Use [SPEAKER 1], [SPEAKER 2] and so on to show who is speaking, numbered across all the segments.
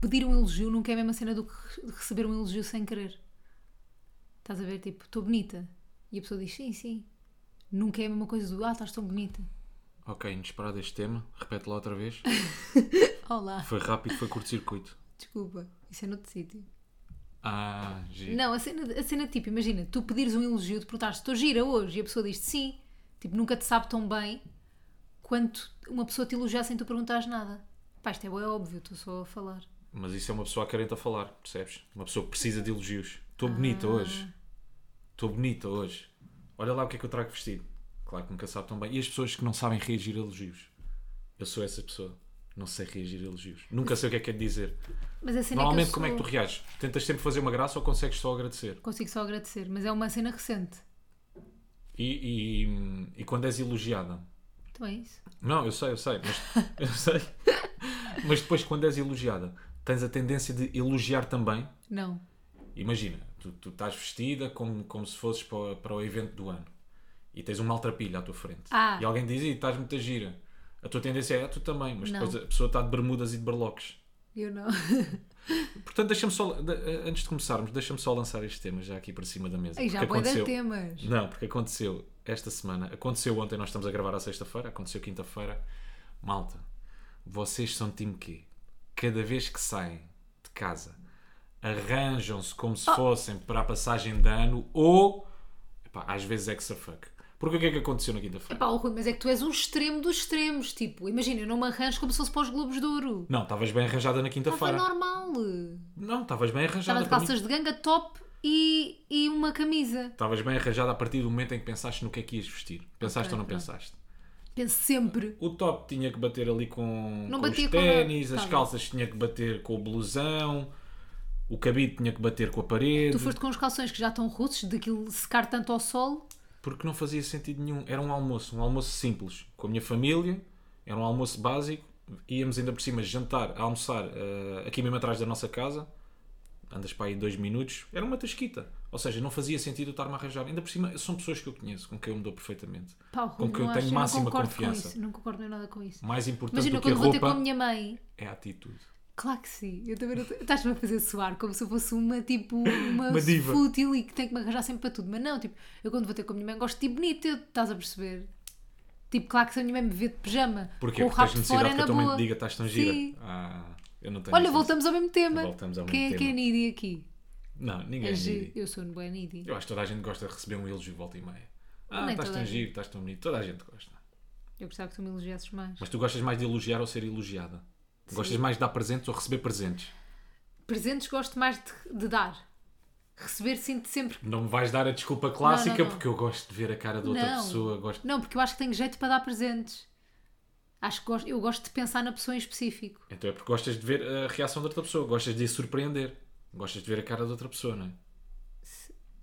[SPEAKER 1] pedir um elogio nunca é a mesma cena do que re- receber um elogio sem querer. Estás a ver? Tipo, estou bonita. E a pessoa diz sim, sim. Nunca é a mesma coisa do ah, estás tão bonita.
[SPEAKER 2] Ok, inesperado este tema. Repete lá outra vez.
[SPEAKER 1] Olá.
[SPEAKER 2] Foi rápido, foi curto-circuito.
[SPEAKER 1] Desculpa, isso é noutro sítio.
[SPEAKER 2] Ah, giro.
[SPEAKER 1] Não, a cena, a cena tipo, imagina, tu pedires um elogio, de perguntares estou gira hoje e a pessoa diz sim. Tipo, nunca te sabe tão bem quanto uma pessoa te elogiar sem tu perguntares nada. Pá, isto é bué óbvio, estou só a falar.
[SPEAKER 2] Mas isso é uma pessoa carente a falar, percebes? Uma pessoa que precisa de elogios. Estou bonita hoje. Estou bonita hoje. Olha lá o que é que eu trago vestido. Claro que nunca sabe tão bem. E as pessoas que não sabem reagir a elogios. Eu sou essa pessoa. Não sei reagir a elogios. Nunca sei o que é que é de dizer.
[SPEAKER 1] Mas a cena
[SPEAKER 2] Normalmente,
[SPEAKER 1] é que eu
[SPEAKER 2] como é que
[SPEAKER 1] sou-
[SPEAKER 2] tu reages? Tentas sempre fazer uma graça ou consegues só agradecer?
[SPEAKER 1] Consigo só agradecer, mas é uma cena recente.
[SPEAKER 2] E, e, e quando és elogiada?
[SPEAKER 1] Então é isso.
[SPEAKER 2] Não, eu sei, eu sei. Mas, eu sei. mas depois, quando és elogiada, tens a tendência de elogiar também
[SPEAKER 1] Não.
[SPEAKER 2] Imagina, tu, tu estás vestida como, como se fosses para, o- para o evento do ano e tens um maltrapilho à tua frente.
[SPEAKER 1] Ah.
[SPEAKER 2] E alguém diz, "Ih, estás muita gira. A tua tendência é, "Ah, tu também, mas
[SPEAKER 1] Não.
[SPEAKER 2] depois a pessoa está de bermudas e de berloques.
[SPEAKER 1] Eu não.
[SPEAKER 2] Portanto, deixa-me só, de- eh, antes de começarmos, deixa-me só lançar este tema já aqui para cima da mesa.
[SPEAKER 1] Ai, já
[SPEAKER 2] porque
[SPEAKER 1] pode dar
[SPEAKER 2] aconteceu.
[SPEAKER 1] temas.
[SPEAKER 2] Não, porque aconteceu esta semana, aconteceu ontem, nós estamos a gravar à sexta-feira, aconteceu quinta-feira. Malta, vocês são time quê? Cada vez que saem de casa, arranjam-se como
[SPEAKER 1] Oh.
[SPEAKER 2] se fossem para a passagem de ano ou, epá, às vezes é extra fuck. Porque o que é que aconteceu na quinta-feira?
[SPEAKER 1] Pá, o Rui, mas é que tu és um extremo dos extremos. Tipo, imagina, eu não me arranjo como se fosse para os Globos de Ouro.
[SPEAKER 2] Não, estavas bem arranjada na
[SPEAKER 1] Estava
[SPEAKER 2] quinta-feira.
[SPEAKER 1] normal.
[SPEAKER 2] Não, estavas bem
[SPEAKER 1] Estava
[SPEAKER 2] arranjada.
[SPEAKER 1] de
[SPEAKER 2] para mim.
[SPEAKER 1] calças de ganga, top e, e uma camisa.
[SPEAKER 2] Estavas bem arranjada a partir do momento em que pensaste no que é que ias vestir. Pensaste
[SPEAKER 1] Ok,
[SPEAKER 2] ou não
[SPEAKER 1] pronto.
[SPEAKER 2] pensaste?
[SPEAKER 1] Penso sempre.
[SPEAKER 2] O top tinha que bater ali com,
[SPEAKER 1] Não
[SPEAKER 2] com
[SPEAKER 1] batia
[SPEAKER 2] os
[SPEAKER 1] com
[SPEAKER 2] ténis,
[SPEAKER 1] nada. Tá
[SPEAKER 2] as
[SPEAKER 1] bem.
[SPEAKER 2] calças tinha que bater com o blusão, o cabide tinha que bater com a parede,
[SPEAKER 1] Tu foste com os calções que já estão russos, daquilo secar tanto ao sol.
[SPEAKER 2] porque não fazia sentido nenhum. Era um almoço, um almoço simples, com a minha família, era um almoço básico. Íamos ainda por cima jantar, almoçar eh, aqui mesmo atrás da nossa casa. Andas para aí dois minutos, era uma tasquita. Ou seja, não fazia sentido eu estar-me a arranjar. Ainda por cima, são pessoas que eu conheço, com quem eu me dou perfeitamente.
[SPEAKER 1] Pá, o Rui,
[SPEAKER 2] Com que eu
[SPEAKER 1] não
[SPEAKER 2] tenho
[SPEAKER 1] acho-
[SPEAKER 2] máxima
[SPEAKER 1] não concordo
[SPEAKER 2] confiança.
[SPEAKER 1] Com isso. Não concordo nem nada com isso.
[SPEAKER 2] Mais importante
[SPEAKER 1] Imagina,
[SPEAKER 2] do que a
[SPEAKER 1] quando vou ter com
[SPEAKER 2] roupa
[SPEAKER 1] a minha mãe,
[SPEAKER 2] é a atitude.
[SPEAKER 1] Claro que sim, eu também não tenho- estás-me a fazer suar como se eu fosse uma tipo uma,
[SPEAKER 2] Uma diva.
[SPEAKER 1] fútil e que tem que me arranjar sempre para tudo, mas não, tipo, eu quando vou ter com a minha mãe gosto de ir bonita, eu- estás a perceber? Tipo, claro que se a minha mãe me vê de pijama,
[SPEAKER 2] Porquê?
[SPEAKER 1] com o
[SPEAKER 2] Porque tens
[SPEAKER 1] rabo de fora é
[SPEAKER 2] necessidade que
[SPEAKER 1] na
[SPEAKER 2] a tua mãe
[SPEAKER 1] boa.
[SPEAKER 2] te diga estás tão gira?
[SPEAKER 1] Sim.
[SPEAKER 2] Ah, eu não tenho
[SPEAKER 1] Olha,
[SPEAKER 2] essa
[SPEAKER 1] voltamos ao mesmo tema.
[SPEAKER 2] Voltamos ao
[SPEAKER 1] Quem
[SPEAKER 2] mesmo
[SPEAKER 1] é que é
[SPEAKER 2] tema.
[SPEAKER 1] needy aqui?
[SPEAKER 2] necessidade. Não, ninguém
[SPEAKER 1] É
[SPEAKER 2] é
[SPEAKER 1] gi-
[SPEAKER 2] giro.
[SPEAKER 1] eu sou no needy.
[SPEAKER 2] Eu acho que toda a gente gosta de receber um elogio de volta e meia. Ah,
[SPEAKER 1] Nem
[SPEAKER 2] estás
[SPEAKER 1] é toda
[SPEAKER 2] tão
[SPEAKER 1] a gente.
[SPEAKER 2] giro, estás tão bonito. Toda a gente gosta.
[SPEAKER 1] Eu gostava que tu me elogiasses mais.
[SPEAKER 2] Mas tu gostas mais de elogiar ou ser elogiada? Gostas mais de dar presentes ou receber presentes?
[SPEAKER 1] Presentes gosto mais de, de dar. Receber sinto sempre
[SPEAKER 2] Não me vais dar a desculpa clássica
[SPEAKER 1] não.
[SPEAKER 2] porque eu gosto de ver a cara de outra
[SPEAKER 1] Não.
[SPEAKER 2] pessoa. Gosto...
[SPEAKER 1] Não, porque eu acho que tenho jeito para dar presentes. Acho que gosto, eu gosto de pensar na pessoa em específico.
[SPEAKER 2] Então é porque gostas de ver a reação da outra pessoa. Gostas de a surpreender. Gostas de ver a cara de outra pessoa, não é?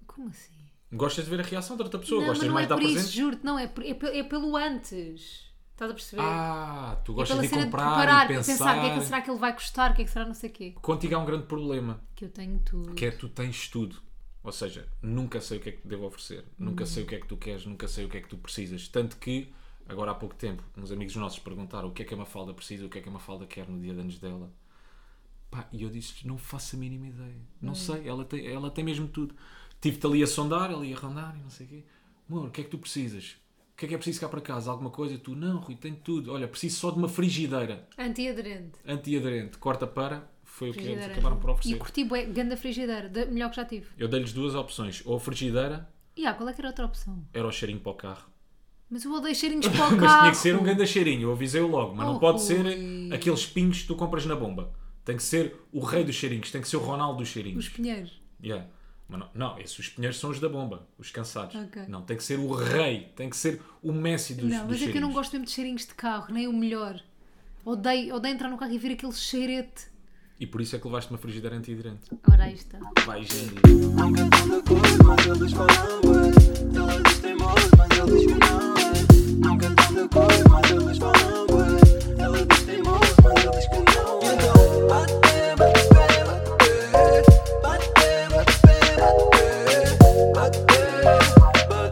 [SPEAKER 1] Como assim?
[SPEAKER 2] Gostas de ver a reação da outra pessoa.
[SPEAKER 1] não, mas
[SPEAKER 2] gostas
[SPEAKER 1] não
[SPEAKER 2] mais
[SPEAKER 1] é
[SPEAKER 2] de dar
[SPEAKER 1] por
[SPEAKER 2] presentes.
[SPEAKER 1] isso, juro-te, não, é, por- é, pe- é pelo antes. Estás a perceber?
[SPEAKER 2] Ah, tu
[SPEAKER 1] é
[SPEAKER 2] gostas de comprar e pensar.
[SPEAKER 1] o que é que será que ele vai custar, o que é que será não sei o quê.
[SPEAKER 2] Contigo há um grande problema,
[SPEAKER 1] Que eu tenho tudo.
[SPEAKER 2] que é tu tens tudo. Ou seja, nunca sei o que é que te devo oferecer,
[SPEAKER 1] Hum.
[SPEAKER 2] nunca sei o que é que tu queres, nunca sei o que é que tu precisas. Tanto que, agora há pouco tempo, uns amigos nossos perguntaram o que é que a Mafalda precisa, o que é que a Mafalda quer no dia de anos dela. Pá, e eu disse não faço a mínima ideia.
[SPEAKER 1] Hum.
[SPEAKER 2] Não sei, ela tem, ela tem mesmo tudo. Tive-te ali a sondar, ali a rondar e não sei o quê. Amor, o que é que tu precisas? O que é que é preciso cá para casa? Alguma coisa? Tu, não, Rui, tenho tudo. Olha, preciso só de uma frigideira
[SPEAKER 1] Antiaderente.
[SPEAKER 2] antiaderente. Corta para, foi o que eles
[SPEAKER 1] Frigideira.
[SPEAKER 2] acabaram por
[SPEAKER 1] E
[SPEAKER 2] oferecer.
[SPEAKER 1] curti bué, ganda frigideira, da melhor que já tive.
[SPEAKER 2] Eu dei-lhes duas opções. Ou a frigideira,
[SPEAKER 1] E ah, qual é que era a outra opção?
[SPEAKER 2] era o cheirinho para o carro.
[SPEAKER 1] Mas eu odeio cheirinhos para o carro.
[SPEAKER 2] Mas tinha que ser um grande cheirinho, eu avisei logo. Mas
[SPEAKER 1] Oh,
[SPEAKER 2] não pode
[SPEAKER 1] Rui.
[SPEAKER 2] ser aqueles pinhos que tu compras na bomba. Tem que ser o rei dos cheirinhos, tem que ser o Ronaldo dos
[SPEAKER 1] Os
[SPEAKER 2] cheirinhos.
[SPEAKER 1] pinheiros.
[SPEAKER 2] Yeah. Mas não, não, esses os pinheiros são os da bomba, os cansados.
[SPEAKER 1] Ok.
[SPEAKER 2] Não, tem que ser o rei, tem que ser o Messi dos,
[SPEAKER 1] Não,
[SPEAKER 2] dos
[SPEAKER 1] mas é que eu não
[SPEAKER 2] cheirinhos.
[SPEAKER 1] gosto mesmo de cheirinhos de carro, nem o melhor. Odeio, odeio entrar no carro e ver aquele cheirete.
[SPEAKER 2] E por isso é que levaste uma frigideira antiaderente.
[SPEAKER 1] Ora, aí está.
[SPEAKER 2] Vai, gente.
[SPEAKER 3] Não cantam da cor, mas eles falam ué. Ela diz teimoso, mas ele diz que não é. Não cantam da cor, mas eles falam ué. Ela diz teimoso, mas ele diz que não é. Então, bate, bate, bate, bate, bate, bate,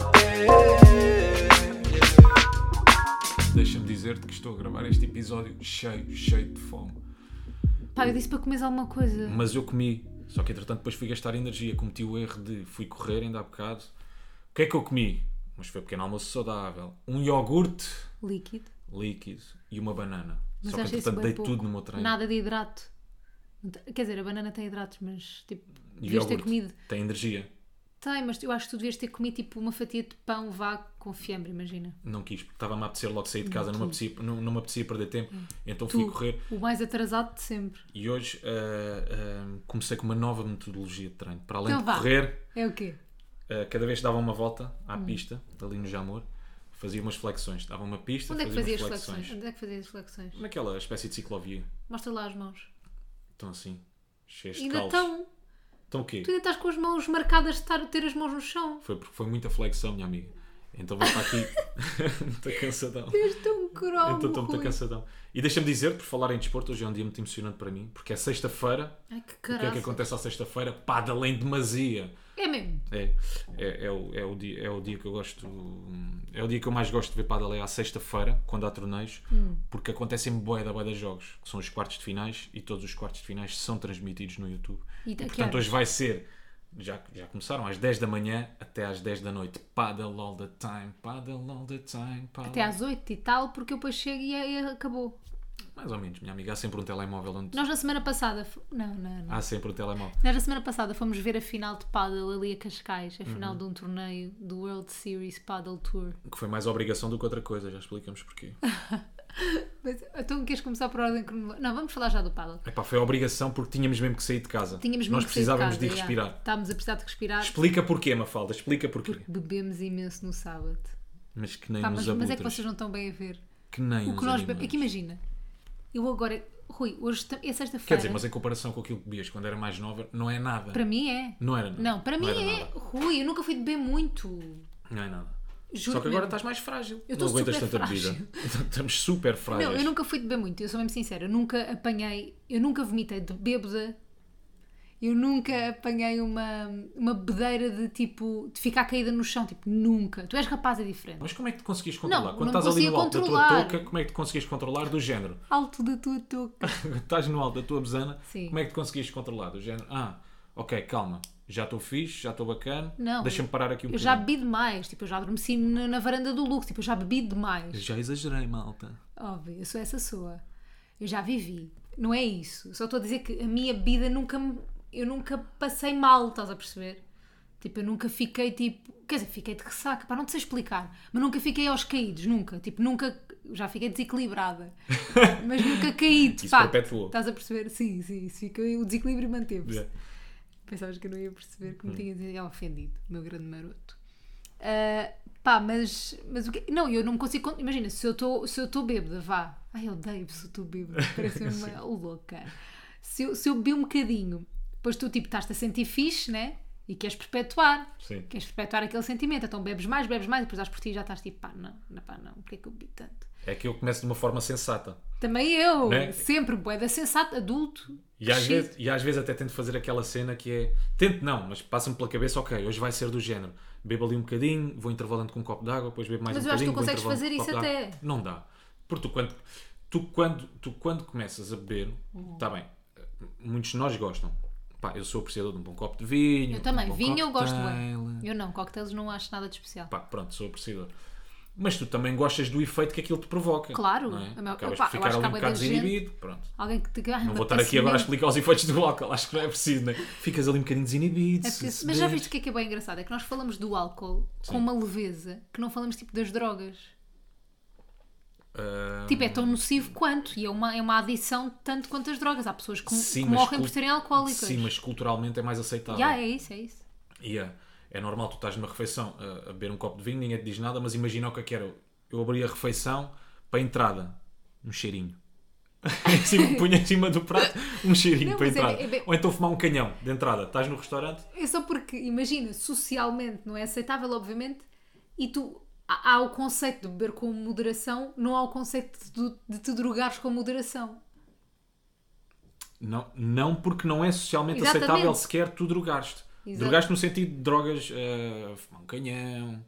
[SPEAKER 3] bate, bate, bate.
[SPEAKER 2] Deixa-me dizer-te que estou a gravar este episódio cheio, cheio de fome.
[SPEAKER 1] Pá, eu disse para comeres alguma coisa.
[SPEAKER 2] Mas eu comi. Só que entretanto depois fui gastar energia. Cometi o erro de fui correr ainda há bocado. O que é que eu comi? Mas foi um pequeno almoço saudável. Um iogurte
[SPEAKER 1] Líquido.
[SPEAKER 2] líquido e uma banana.
[SPEAKER 1] Mas
[SPEAKER 2] Só que
[SPEAKER 1] acho isso
[SPEAKER 2] entretanto
[SPEAKER 1] bem
[SPEAKER 2] dei
[SPEAKER 1] pouco.
[SPEAKER 2] tudo no meu treino.
[SPEAKER 1] Nada de hidrato. Não te- Quer dizer, a banana tem hidratos, mas tipo,
[SPEAKER 2] E
[SPEAKER 1] devias ter
[SPEAKER 2] iogurte.
[SPEAKER 1] comido.
[SPEAKER 2] Tem energia.
[SPEAKER 1] Tem, mas eu acho que tu devias ter comido tipo uma fatia de pão vago com fiambre, imagina.
[SPEAKER 2] Não quis, porque estava-me a apetecer logo sair de casa, não, me apetecia, não, não me apetecia perder tempo, então fui
[SPEAKER 1] Hum. Tu,
[SPEAKER 2] correr
[SPEAKER 1] o mais atrasado de sempre.
[SPEAKER 2] e hoje ah, ah, comecei com uma nova metodologia de treino. Para além
[SPEAKER 1] Então
[SPEAKER 2] de
[SPEAKER 1] vá.
[SPEAKER 2] correr,
[SPEAKER 1] É o quê?
[SPEAKER 2] ah, cada vez dava uma volta à
[SPEAKER 1] Hum.
[SPEAKER 2] pista, ali no Jamor, fazia umas flexões, dava uma pista,
[SPEAKER 1] Onde é que
[SPEAKER 2] fazia
[SPEAKER 1] fazias
[SPEAKER 2] umas
[SPEAKER 1] flexões?
[SPEAKER 2] flexões.
[SPEAKER 1] Onde é que fazias flexões?
[SPEAKER 2] Naquela espécie de ciclovia,
[SPEAKER 1] Mostra lá as mãos.
[SPEAKER 2] estão assim, cheias de
[SPEAKER 1] Ainda
[SPEAKER 2] calos.
[SPEAKER 1] estão.
[SPEAKER 2] Estão o quê?
[SPEAKER 1] Tu ainda estás com as mãos marcadas de estar, ter as mãos no chão.
[SPEAKER 2] Foi porque foi muita flexão, minha amiga. Então vou estar aqui, estou cansadão.
[SPEAKER 1] És tão cromo,
[SPEAKER 2] Então estou muito
[SPEAKER 1] Rui.
[SPEAKER 2] cansadão. E deixa-me dizer, por falar em desporto, hoje é um dia muito emocionante para mim, porque é sexta-feira.
[SPEAKER 1] Ai, que
[SPEAKER 2] O que é
[SPEAKER 1] caralho.
[SPEAKER 2] que acontece à sexta-feira? Pá, de além de masia.
[SPEAKER 1] É mesmo.
[SPEAKER 2] É, é, é o, é, o dia, é o dia que eu gosto. É o dia que eu mais gosto de ver Padalé à sexta-feira, quando há torneios,
[SPEAKER 1] Hum.
[SPEAKER 2] porque acontecem boé da boé de jogos, que são os quartos de finais e todos os quartos de finais são transmitidos no YouTube.
[SPEAKER 1] E
[SPEAKER 2] E,
[SPEAKER 1] tá- que
[SPEAKER 2] portanto,
[SPEAKER 1] horas?
[SPEAKER 2] hoje vai ser. Já, já começaram às 10 da manhã até às 10 da noite. Paddle all the time, paddle all the time, paddle.
[SPEAKER 1] Até às 8 e tal, porque eu depois chego e, e acabou.
[SPEAKER 2] Mais ou menos, minha amiga. Há sempre um telemóvel onde.
[SPEAKER 1] Nós na semana passada. fo- Não, não, não.
[SPEAKER 2] Há sempre um telemóvel.
[SPEAKER 1] Nós na semana passada fomos ver a final de paddle ali a Cascais, a
[SPEAKER 2] Uhum.
[SPEAKER 1] final de um torneio do World Series Paddle Tour.
[SPEAKER 2] Que foi mais obrigação do que outra coisa, já explicamos porquê.
[SPEAKER 1] Mas, então queres começar por ordem cronológica? Não, vamos falar já do paddle.
[SPEAKER 2] Epá, foi obrigação porque tínhamos mesmo que sair de casa.
[SPEAKER 1] Tínhamos
[SPEAKER 2] Nós
[SPEAKER 1] muito que sair de
[SPEAKER 2] precisávamos
[SPEAKER 1] casa,
[SPEAKER 2] de ir
[SPEAKER 1] já.
[SPEAKER 2] respirar.
[SPEAKER 1] Estávamos a precisar de respirar.
[SPEAKER 2] Explica porquê, Mafalda, explica porquê.
[SPEAKER 1] Bebemos imenso no sábado.
[SPEAKER 2] Mas que nem
[SPEAKER 1] Pá,
[SPEAKER 2] nos
[SPEAKER 1] mas,
[SPEAKER 2] abutres.
[SPEAKER 1] mas é que vocês não estão bem a ver.
[SPEAKER 2] Que nem
[SPEAKER 1] O
[SPEAKER 2] uns
[SPEAKER 1] que nós
[SPEAKER 2] animais.
[SPEAKER 1] bebemos. É que imagina. Eu agora. Rui, hoje ta- é
[SPEAKER 2] Quer
[SPEAKER 1] sexta-feira.
[SPEAKER 2] dizer, mas em comparação com aquilo que bebias quando era mais nova, não é nada.
[SPEAKER 1] Para mim é.
[SPEAKER 2] Não era nada.
[SPEAKER 1] Não, para mim
[SPEAKER 2] era
[SPEAKER 1] é.
[SPEAKER 2] nada.
[SPEAKER 1] Rui, eu nunca fui beber muito.
[SPEAKER 2] Não é nada.
[SPEAKER 1] Juro
[SPEAKER 2] Só que
[SPEAKER 1] mesmo.
[SPEAKER 2] agora estás mais frágil.
[SPEAKER 1] Eu
[SPEAKER 2] não
[SPEAKER 1] estou
[SPEAKER 2] aguentas
[SPEAKER 1] super
[SPEAKER 2] tanta
[SPEAKER 1] frágil.
[SPEAKER 2] bebida. Estamos super frágeis.
[SPEAKER 1] Não, eu nunca fui de beber muito, eu sou mesmo sincera. Eu nunca apanhei, eu nunca vomitei de bêbada. Eu nunca apanhei uma, uma bebedeira de tipo, de ficar caída no chão, tipo, nunca. Tu és rapaz, é diferente.
[SPEAKER 2] Mas como é que te conseguias controlar?
[SPEAKER 1] Não,
[SPEAKER 2] quando
[SPEAKER 1] não
[SPEAKER 2] estás ali
[SPEAKER 1] conseguia
[SPEAKER 2] no alto da tua
[SPEAKER 1] controlar.
[SPEAKER 2] touca, como é que te conseguias controlar do género?
[SPEAKER 1] Alto da tua touca.
[SPEAKER 2] Ah, estás no alto da tua besana,
[SPEAKER 1] Sim.
[SPEAKER 2] como é que te conseguias controlar? Do género, ah, ok, calma, já estou fixe, já estou bacana,
[SPEAKER 1] Não,
[SPEAKER 2] deixa-me parar aqui um
[SPEAKER 1] Eu já bebi demais, tipo, eu já adormeci na, na varanda do Luxo, tipo, eu já bebi demais.
[SPEAKER 2] já exagerei, malta.
[SPEAKER 1] Óbvio, eu sou essa pessoa. Eu já vivi. Não é isso. Só estou a dizer que a minha bebida nunca me. Eu nunca passei mal, estás a perceber? Tipo, eu nunca fiquei tipo. Quer dizer, fiquei de ressaca, pá, não te sei explicar. Mas nunca fiquei aos caídos, nunca. Tipo, nunca. Já fiquei desequilibrada. mas nunca caí, de
[SPEAKER 2] Isso
[SPEAKER 1] facto.
[SPEAKER 2] perpetuou.
[SPEAKER 1] Estás a perceber? Sim, sim, isso ficou, o desequilíbrio manteve-se.
[SPEAKER 2] Yeah.
[SPEAKER 1] Pensavas que eu não ia perceber
[SPEAKER 2] Uhum.
[SPEAKER 1] que me tinha ofendido, meu grande maroto. Ah, pá, mas, mas o quê? Não, eu não me consigo. con- Imagina, se eu estou- se eu estou bêbada, vá. Ai, eu odeio se eu estou bêbada, parece uma louca. Se eu, se eu bebi um bocadinho, depois tu tipo estás-te a sentir fixe, né? E queres perpetuar.
[SPEAKER 2] Sim.
[SPEAKER 1] Queres perpetuar aquele sentimento. Então bebes mais, bebes mais, depois dás por ti e já estás tipo, pá, não, não, pá, não, porque é que eu bebi tanto?
[SPEAKER 2] É que eu começo de uma forma sensata.
[SPEAKER 1] Também eu,
[SPEAKER 2] Né?
[SPEAKER 1] sempre boeda sensata, adulto.
[SPEAKER 2] E às,
[SPEAKER 1] crescido.
[SPEAKER 2] vezes, e às vezes até tento fazer aquela cena que é. Tento não, mas passa-me pela cabeça, ok, hoje vai ser do género. Bebo ali um bocadinho, vou intervalando com um copo de água, depois bebo mais
[SPEAKER 1] Mas
[SPEAKER 2] um
[SPEAKER 1] eu acho que
[SPEAKER 2] bocadinho.
[SPEAKER 1] tu
[SPEAKER 2] vou
[SPEAKER 1] consegues
[SPEAKER 2] intervalando
[SPEAKER 1] fazer
[SPEAKER 2] com um
[SPEAKER 1] isso
[SPEAKER 2] copo de água. Não dá. Porque tu quando, tu quando, tu quando começas a beber, está bem, muitos de nós gostam. Pá, eu sou apreciador de um bom copo de vinho.
[SPEAKER 1] Eu também,
[SPEAKER 2] um bom
[SPEAKER 1] vinho eu gosto
[SPEAKER 2] cocktail.
[SPEAKER 1] bem. Eu não, coquetéis não acho nada de especial.
[SPEAKER 2] Pá, pronto, sou apreciador. Mas tu também gostas do efeito que aquilo te provoca.
[SPEAKER 1] Claro.
[SPEAKER 2] não é?
[SPEAKER 1] A maior-
[SPEAKER 2] Acabas
[SPEAKER 1] Opa,
[SPEAKER 2] por
[SPEAKER 1] eu acho
[SPEAKER 2] ficar ali
[SPEAKER 1] que
[SPEAKER 2] um
[SPEAKER 1] há bué
[SPEAKER 2] bocado
[SPEAKER 1] de gente-
[SPEAKER 2] desinibido. Pronto.
[SPEAKER 1] Alguém que te
[SPEAKER 2] Não vou estar aqui agora a explicar os efeitos do álcool, acho que não é preciso, né? Ficas ali um bocadinho desinibido. se- se
[SPEAKER 1] Mas já
[SPEAKER 2] bebes.
[SPEAKER 1] viste o que é que é bem engraçado? É que nós falamos do álcool
[SPEAKER 2] Sim.
[SPEAKER 1] com uma leveza que não falamos tipo das drogas.
[SPEAKER 2] Ah,
[SPEAKER 1] Tipo, é tão nocivo quanto e é uma, é uma adição tanto quanto as drogas. Há pessoas que,
[SPEAKER 2] sim,
[SPEAKER 1] que
[SPEAKER 2] mas
[SPEAKER 1] morrem
[SPEAKER 2] cul-
[SPEAKER 1] por serem alcoólicas.
[SPEAKER 2] Sim, mas culturalmente é mais aceitável.
[SPEAKER 1] Já, é isso, é isso.
[SPEAKER 2] Yeah. É normal, tu estás numa refeição a, a beber um copo de vinho, ninguém te diz nada, mas imagina o que é que era. Eu abri a refeição para a entrada, um cheirinho. Em cima- Punha em cima do prato um cheirinho
[SPEAKER 1] Não,
[SPEAKER 2] para a
[SPEAKER 1] mas é
[SPEAKER 2] entrada.
[SPEAKER 1] bem- é bem-
[SPEAKER 2] Ou então fumar um canhão de entrada. Estás no restaurante,
[SPEAKER 1] É só porque, imagina, socialmente não é aceitável, obviamente, e tu. Há há o conceito de beber com moderação, não há o conceito de, de te drogares com moderação.
[SPEAKER 2] Não, não porque não é socialmente
[SPEAKER 1] Exatamente.
[SPEAKER 2] aceitável sequer tu drogaste.
[SPEAKER 1] Exato.
[SPEAKER 2] Drogaste no sentido de drogas, eh, fumar um canhão,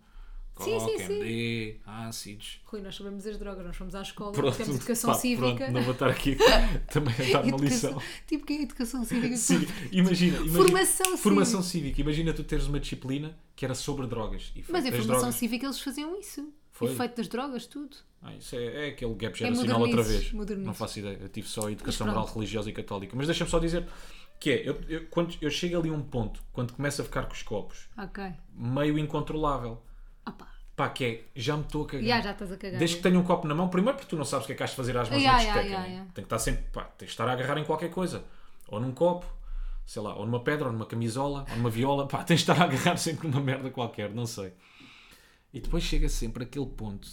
[SPEAKER 1] Sim, sim,
[SPEAKER 2] coca,
[SPEAKER 1] sim.
[SPEAKER 2] MD, ácidos.
[SPEAKER 1] Rui, nós sabemos as drogas, nós fomos à escola,
[SPEAKER 2] Pronto,
[SPEAKER 1] temos educação
[SPEAKER 2] pá,
[SPEAKER 1] cívica.
[SPEAKER 2] Pronto, não vou estar aqui também a dar uma lição.
[SPEAKER 1] Educação- Tipo, que é educação cívica?
[SPEAKER 2] Sim, imagina, imagina-
[SPEAKER 1] Formação
[SPEAKER 2] formação cívica. Imagina tu teres uma disciplina que era sobre drogas. E
[SPEAKER 1] Mas em
[SPEAKER 2] das
[SPEAKER 1] formação
[SPEAKER 2] drogas.
[SPEAKER 1] cívica eles faziam isso.
[SPEAKER 2] Foi.
[SPEAKER 1] Efeito das drogas, tudo.
[SPEAKER 2] Ah, isso é, é aquele gap geracional outra
[SPEAKER 1] modernices,
[SPEAKER 2] vez.
[SPEAKER 1] modernices.
[SPEAKER 2] Não faço ideia. Eu tive só a educação
[SPEAKER 1] Mas pronto.
[SPEAKER 2] moral, religiosa e católica. Mas deixa-me só dizer que é, eu, eu- quando, eu chego ali a um ponto, quando começo a ficar com os copos,
[SPEAKER 1] Ok.
[SPEAKER 2] meio incontrolável.
[SPEAKER 1] Opa.
[SPEAKER 2] Pá, que é, já me estou a cagar.
[SPEAKER 1] Já, já estás a cagar.
[SPEAKER 2] Desde que tenha um copo na mão, primeiro porque tu não sabes o que é que has de fazer às mãos
[SPEAKER 1] Yeah,
[SPEAKER 2] na
[SPEAKER 1] yeah,
[SPEAKER 2] discoteca.
[SPEAKER 1] yeah,
[SPEAKER 2] né?
[SPEAKER 1] yeah.
[SPEAKER 2] Tem que estar sempre, pá, tens de estar a agarrar em qualquer coisa. Ou num copo, sei lá, ou numa pedra, ou numa camisola, ou numa viola, pá, tens de estar a agarrar sempre numa merda qualquer, não sei. E depois chega sempre aquele ponto